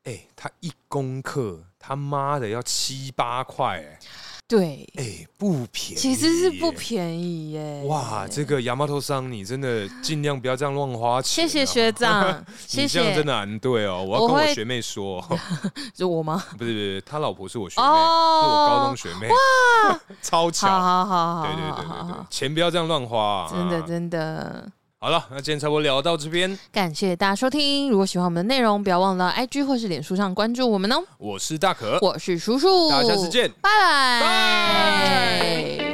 S1: 哎、它一公克，他妈的要七八块、
S2: 对，
S1: 哎、哎、不便宜，
S2: 其实是不。便宜耶。
S1: 哇，这个亚麻头桑，你真的尽量不要这样乱花钱、啊
S2: 谢谢学，长，谢
S1: 你这样
S2: 谢
S1: 真。的很对哦。我要
S2: 我
S1: 跟我
S2: 会
S1: 学妹说 哦、
S2: 是我吗？
S1: 不是不是，他老婆是我学妹，
S2: 哦
S1: 是我高中学妹， 超
S2: 好
S1: 巧。
S2: 好好好，
S1: 对对
S2: 好
S1: 对
S2: 好
S1: 对对
S2: 好，
S1: 钱不要这样乱花、啊，
S2: 真的真的。
S1: 好了，那今天差不多聊到这边，
S2: 感谢大家收听。如果喜欢我们的内容，不要忘了 IG 或是脸书上关注我们哦。
S1: 我是大可，
S2: 我是叔叔，
S1: 大家下次见，
S2: 拜
S1: 拜
S2: 拜